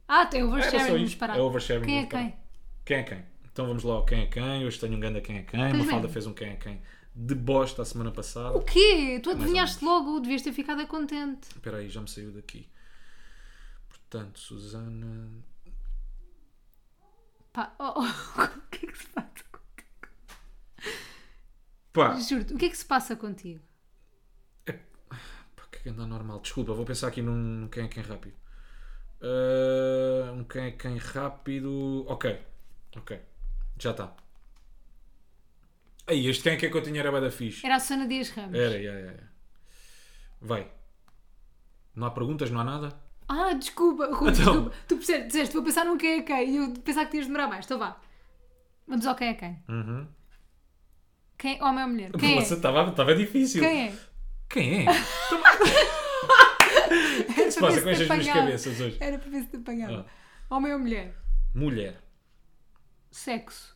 [SPEAKER 1] Ah, tem
[SPEAKER 2] Era só
[SPEAKER 1] oversharing, vamos
[SPEAKER 2] isto.
[SPEAKER 1] parar.
[SPEAKER 2] É oversharing.
[SPEAKER 1] Quem é
[SPEAKER 2] vamos parar.
[SPEAKER 1] quem?
[SPEAKER 2] Quem é quem? Então vamos lá ao quem é quem. Hoje tenho um ganda quem é quem.
[SPEAKER 1] Pois
[SPEAKER 2] Mafalda
[SPEAKER 1] bem.
[SPEAKER 2] fez um quem é quem de bosta a semana passada.
[SPEAKER 1] O quê? Tu adivinhaste logo, devias ter ficado contente.
[SPEAKER 2] Espera aí, já me saiu daqui. Portanto, Susana.
[SPEAKER 1] Pá, oh, oh, o que é que se passa?
[SPEAKER 2] Pá!
[SPEAKER 1] Juro-te, o que é que se passa contigo?
[SPEAKER 2] Pá, que anda normal. Desculpa, vou pensar aqui num, num quem é quem rápido. Ah, um quem é quem rápido. Ok. Ok. Já está. Aí, este quem é quem que eu tinha era bué da fixe.
[SPEAKER 1] Era a Susana Dias Ramos.
[SPEAKER 2] Era, já, já, já. Vai. Não há perguntas, não há nada?
[SPEAKER 1] Ah, desculpa, Rui,
[SPEAKER 2] Então.
[SPEAKER 1] desculpa. Tu percebes- disseste, vou pensar num quem é quem. E eu pensar que tinhas de demorar mais. Então vá. Vamos ao quem é quem.
[SPEAKER 2] Uhum.
[SPEAKER 1] Quem, homem ou mulher? Quem é?
[SPEAKER 2] Nossa, estava estava difícil.
[SPEAKER 1] Quem é?
[SPEAKER 2] Quem é? O que é que
[SPEAKER 1] Era
[SPEAKER 2] se
[SPEAKER 1] para
[SPEAKER 2] passa
[SPEAKER 1] ver se
[SPEAKER 2] com
[SPEAKER 1] te
[SPEAKER 2] estas duas
[SPEAKER 1] apanhava.
[SPEAKER 2] cabeças Ah. hoje?
[SPEAKER 1] Era para ver se te apanhava. Homem ou mulher?
[SPEAKER 2] Mulher.
[SPEAKER 1] Sexo.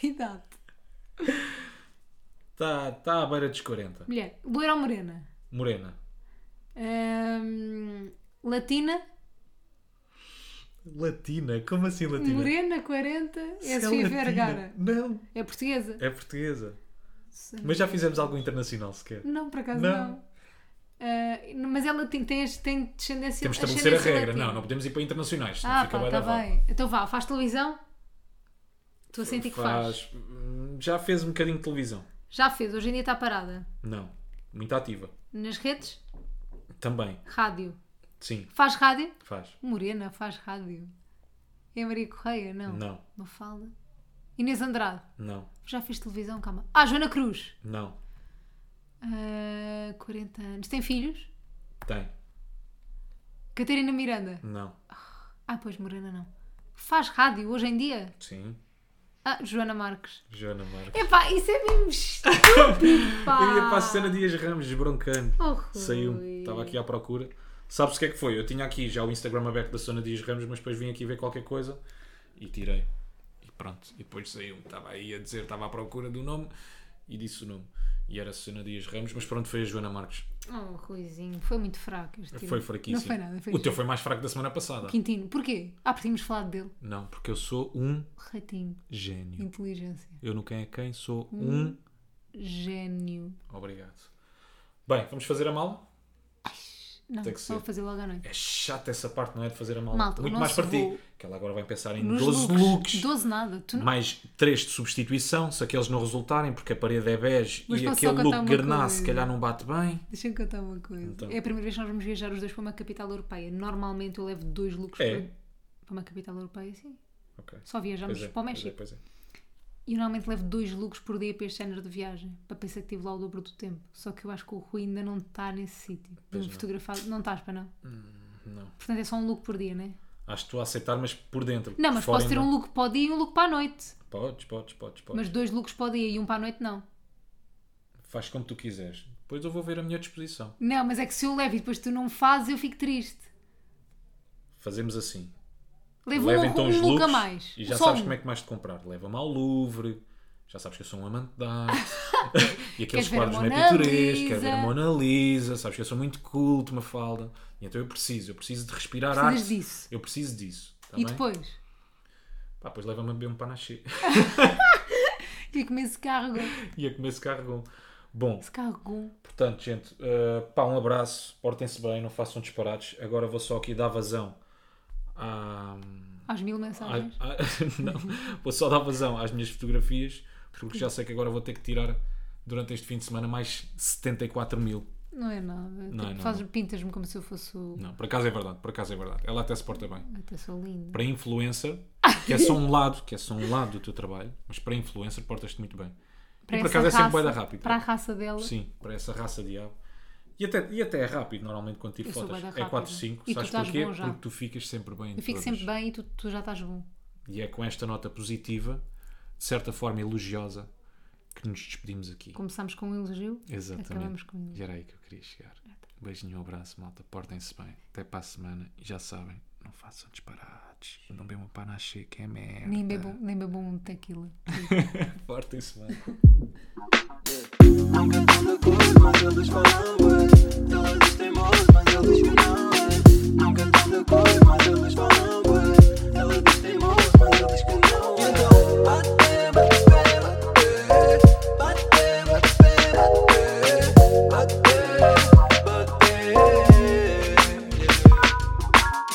[SPEAKER 1] idade?
[SPEAKER 2] Está tá à beira dos 40.
[SPEAKER 1] Mulher, loira ou morena?
[SPEAKER 2] Morena.
[SPEAKER 1] Ahm, latina?
[SPEAKER 2] Latina? Como assim latina?
[SPEAKER 1] Morena, 40? É a
[SPEAKER 2] Se
[SPEAKER 1] Sofia
[SPEAKER 2] latina-
[SPEAKER 1] Vergara.
[SPEAKER 2] Não,
[SPEAKER 1] É portuguesa?
[SPEAKER 2] é portuguesa. Mas já fizemos algo internacional sequer.
[SPEAKER 1] Não, por acaso
[SPEAKER 2] Não.
[SPEAKER 1] não. Ah, mas ela tem, tem, tem descendência
[SPEAKER 2] Temos de estabelecer a
[SPEAKER 1] ascendência
[SPEAKER 2] regra.
[SPEAKER 1] latina.
[SPEAKER 2] Não, não podemos ir para internacionais. senão
[SPEAKER 1] é Ah,
[SPEAKER 2] fica
[SPEAKER 1] pá,
[SPEAKER 2] bué da
[SPEAKER 1] está
[SPEAKER 2] vaga.
[SPEAKER 1] bem. Então vá, faz televisão? Estou a sentir que faz.
[SPEAKER 2] hum, Já fez um bocadinho de televisão.
[SPEAKER 1] Já fez, hoje em dia está parada.
[SPEAKER 2] Não. Muito ativa.
[SPEAKER 1] Nas redes?
[SPEAKER 2] Também.
[SPEAKER 1] Rádio.
[SPEAKER 2] Sim,
[SPEAKER 1] Faz rádio?
[SPEAKER 2] faz.
[SPEAKER 1] Morena faz rádio. É Maria Correia? Não.
[SPEAKER 2] Não,
[SPEAKER 1] Não fala. Inês Andrade?
[SPEAKER 2] não,
[SPEAKER 1] Já fez televisão? Calma. Ah, Joana Cruz!
[SPEAKER 2] não.
[SPEAKER 1] Ah, 40 anos. Tem filhos?
[SPEAKER 2] Tem.
[SPEAKER 1] Catarina Miranda?
[SPEAKER 2] Não.
[SPEAKER 1] Ah, pois, Morena não. Faz rádio hoje em dia?
[SPEAKER 2] Sim.
[SPEAKER 1] Ah, Joana Marques.
[SPEAKER 2] Joana Marques.
[SPEAKER 1] Epá, isso é mesmo estúpido, pá!
[SPEAKER 2] Eu ia para a Susana Dias Ramos, desbroncando.
[SPEAKER 1] Oh, Rui.
[SPEAKER 2] Saiu-me. Estava aqui à procura. Sabes o que é que foi? Eu tinha aqui já o Instagram aberto da Susana Dias Ramos, mas depois vim aqui ver qualquer coisa e tirei. E pronto. E depois saiu. Estava aí a dizer, estava à procura do nome e disse o nome. E era Susana Dias Ramos, mas pronto, foi a Joana Marques.
[SPEAKER 1] Oh, Ruizinho, foi muito fraco este tiro.
[SPEAKER 2] Foi fraquíssimo.
[SPEAKER 1] Não foi nada, foi
[SPEAKER 2] o teu foi mais fraco da semana passada.
[SPEAKER 1] Quintino, porquê? Ah, porque tínhamos falado dele.
[SPEAKER 2] Não, porque eu sou um
[SPEAKER 1] Ratinho,
[SPEAKER 2] gênio.
[SPEAKER 1] inteligência,
[SPEAKER 2] Eu no quem é quem sou
[SPEAKER 1] Hum.
[SPEAKER 2] um.
[SPEAKER 1] gênio.
[SPEAKER 2] Obrigado. Bem, vamos fazer a mala?
[SPEAKER 1] Não,
[SPEAKER 2] Tem que
[SPEAKER 1] só
[SPEAKER 2] ser.
[SPEAKER 1] fazer logo à noite.
[SPEAKER 2] É chata essa parte, não é? De fazer a mala.
[SPEAKER 1] Malta, o
[SPEAKER 2] Muito mais
[SPEAKER 1] nosso
[SPEAKER 2] para ti.
[SPEAKER 1] voo-
[SPEAKER 2] Que ela agora vai pensar em
[SPEAKER 1] Nos
[SPEAKER 2] 12
[SPEAKER 1] looks.
[SPEAKER 2] looks.
[SPEAKER 1] 12 nada. Tu não...
[SPEAKER 2] Mais 3 de substituição, se aqueles não resultarem, porque a parede é bege
[SPEAKER 1] Mas
[SPEAKER 2] e
[SPEAKER 1] posso
[SPEAKER 2] aquele
[SPEAKER 1] só
[SPEAKER 2] look
[SPEAKER 1] contar uma
[SPEAKER 2] garnasse
[SPEAKER 1] coisa?
[SPEAKER 2] se calhar não bate bem.
[SPEAKER 1] Deixa-me contar uma coisa.
[SPEAKER 2] Então.
[SPEAKER 1] É a primeira vez que nós vamos viajar os dois para uma capital europeia. Normalmente eu levo dois looks
[SPEAKER 2] É.
[SPEAKER 1] para... para uma capital europeia, sim.
[SPEAKER 2] Ok.
[SPEAKER 1] Só viajamos
[SPEAKER 2] Pois é,
[SPEAKER 1] para o
[SPEAKER 2] pois é,
[SPEAKER 1] México.
[SPEAKER 2] pois é.
[SPEAKER 1] E eu normalmente levo dois looks por dia para este género de viagem. Para pensar que tive lá o dobro do tempo. Só que eu acho que o Rui ainda não está nesse sítio. De
[SPEAKER 2] Pois
[SPEAKER 1] me
[SPEAKER 2] não. Hum,
[SPEAKER 1] fotografar. Não estás para não?
[SPEAKER 2] Não.
[SPEAKER 1] Portanto é só um look por dia, né?
[SPEAKER 2] Acho que estou a aceitar, mas por dentro.
[SPEAKER 1] Não,
[SPEAKER 2] Por
[SPEAKER 1] mas
[SPEAKER 2] fora
[SPEAKER 1] posso ter
[SPEAKER 2] ainda-
[SPEAKER 1] um look para o dia e um look para a noite.
[SPEAKER 2] Podes, podes, podes, podes.
[SPEAKER 1] Mas dois looks para o dia e um para a noite, não.
[SPEAKER 2] Faz como tu quiseres. Depois eu vou ver a minha disposição.
[SPEAKER 1] Não, mas é que se eu levo e depois tu não fazes, eu fico triste.
[SPEAKER 2] Fazemos assim.
[SPEAKER 1] Levo
[SPEAKER 2] Leva
[SPEAKER 1] um,
[SPEAKER 2] então
[SPEAKER 1] um
[SPEAKER 2] os
[SPEAKER 1] look
[SPEAKER 2] looks
[SPEAKER 1] a mais.
[SPEAKER 2] E já
[SPEAKER 1] Só
[SPEAKER 2] sabes
[SPEAKER 1] um.
[SPEAKER 2] como é que mais te comprar. Leva-me ao Louvre. Já sabes que eu sou um amante de arte. e aqueles
[SPEAKER 1] Queres ver a
[SPEAKER 2] quadros não
[SPEAKER 1] Mona
[SPEAKER 2] é pitoresco. Quero ver a
[SPEAKER 1] Lisa?
[SPEAKER 2] Mona Lisa. Sabes que eu sou muito culto, uma falda. E então eu preciso. Eu preciso de respirar
[SPEAKER 1] Precisas
[SPEAKER 2] arte.
[SPEAKER 1] disso.
[SPEAKER 2] Eu preciso disso. tá
[SPEAKER 1] E
[SPEAKER 2] bem?
[SPEAKER 1] depois?
[SPEAKER 2] Pá, depois leva-me a beber um panache.
[SPEAKER 1] Fico me esse cargo.
[SPEAKER 2] e a comer esse carregão. Bom,
[SPEAKER 1] Esse cargo.
[SPEAKER 2] portanto, gente. eh, pá, um abraço. Portem-se bem. Não façam disparates. Agora vou só aqui dar vazão à...
[SPEAKER 1] Às mil mensagens.
[SPEAKER 2] Ah, ah, não, vou só dar vazão às minhas fotografias, porque já sei que agora vou ter que tirar durante este fim de semana mais 74 mil.
[SPEAKER 1] Não é nada. Tipo,
[SPEAKER 2] é nada.
[SPEAKER 1] fazes- Pintas-me como se eu fosse. o-
[SPEAKER 2] Não, por acaso é verdade, por acaso é verdade. Ela até se porta bem.
[SPEAKER 1] Até sou linda.
[SPEAKER 2] Para influencer, que é só um lado, que é só um lado do teu trabalho, mas para influencer portas-te muito bem. e por
[SPEAKER 1] essa
[SPEAKER 2] acaso é sempre
[SPEAKER 1] raça-
[SPEAKER 2] bué da rápido.
[SPEAKER 1] Para a raça dela.
[SPEAKER 2] Sim, para essa raça de diabo. E até, e até é rápido normalmente quando tiro
[SPEAKER 1] Eu sou
[SPEAKER 2] fotos.
[SPEAKER 1] bué da
[SPEAKER 2] É
[SPEAKER 1] rápida.
[SPEAKER 2] 4, 5.
[SPEAKER 1] E tu
[SPEAKER 2] Sabes
[SPEAKER 1] estás
[SPEAKER 2] porquê?
[SPEAKER 1] bom já.
[SPEAKER 2] Porque tu ficas sempre bem.
[SPEAKER 1] Eu fico sempre bem e tu, tu já estás bom.
[SPEAKER 2] E é com esta nota positiva, de certa forma elogiosa, que nos despedimos aqui.
[SPEAKER 1] Começamos com um elogio. Acabamos
[SPEAKER 2] Exatamente.
[SPEAKER 1] com É, tá. um elogio.
[SPEAKER 2] E era aí que eu queria chegar. Um Beijinho, abraço, malta. Portem-se bem. Até para a semana. E já sabem, não façam disparates. Não bebam panache, que é merda.
[SPEAKER 1] Nem bebo, nem bebo um tequila.
[SPEAKER 2] Portem-se bem.
[SPEAKER 3] Nunca tão de cor, mas eles falavam Eles têm voz, mas eles não Nunca tão de cor, mas eles falavam Eles têm voz, mas eles que não Então, bate, bate, bate Bate, bate, bate Bate, bate, bate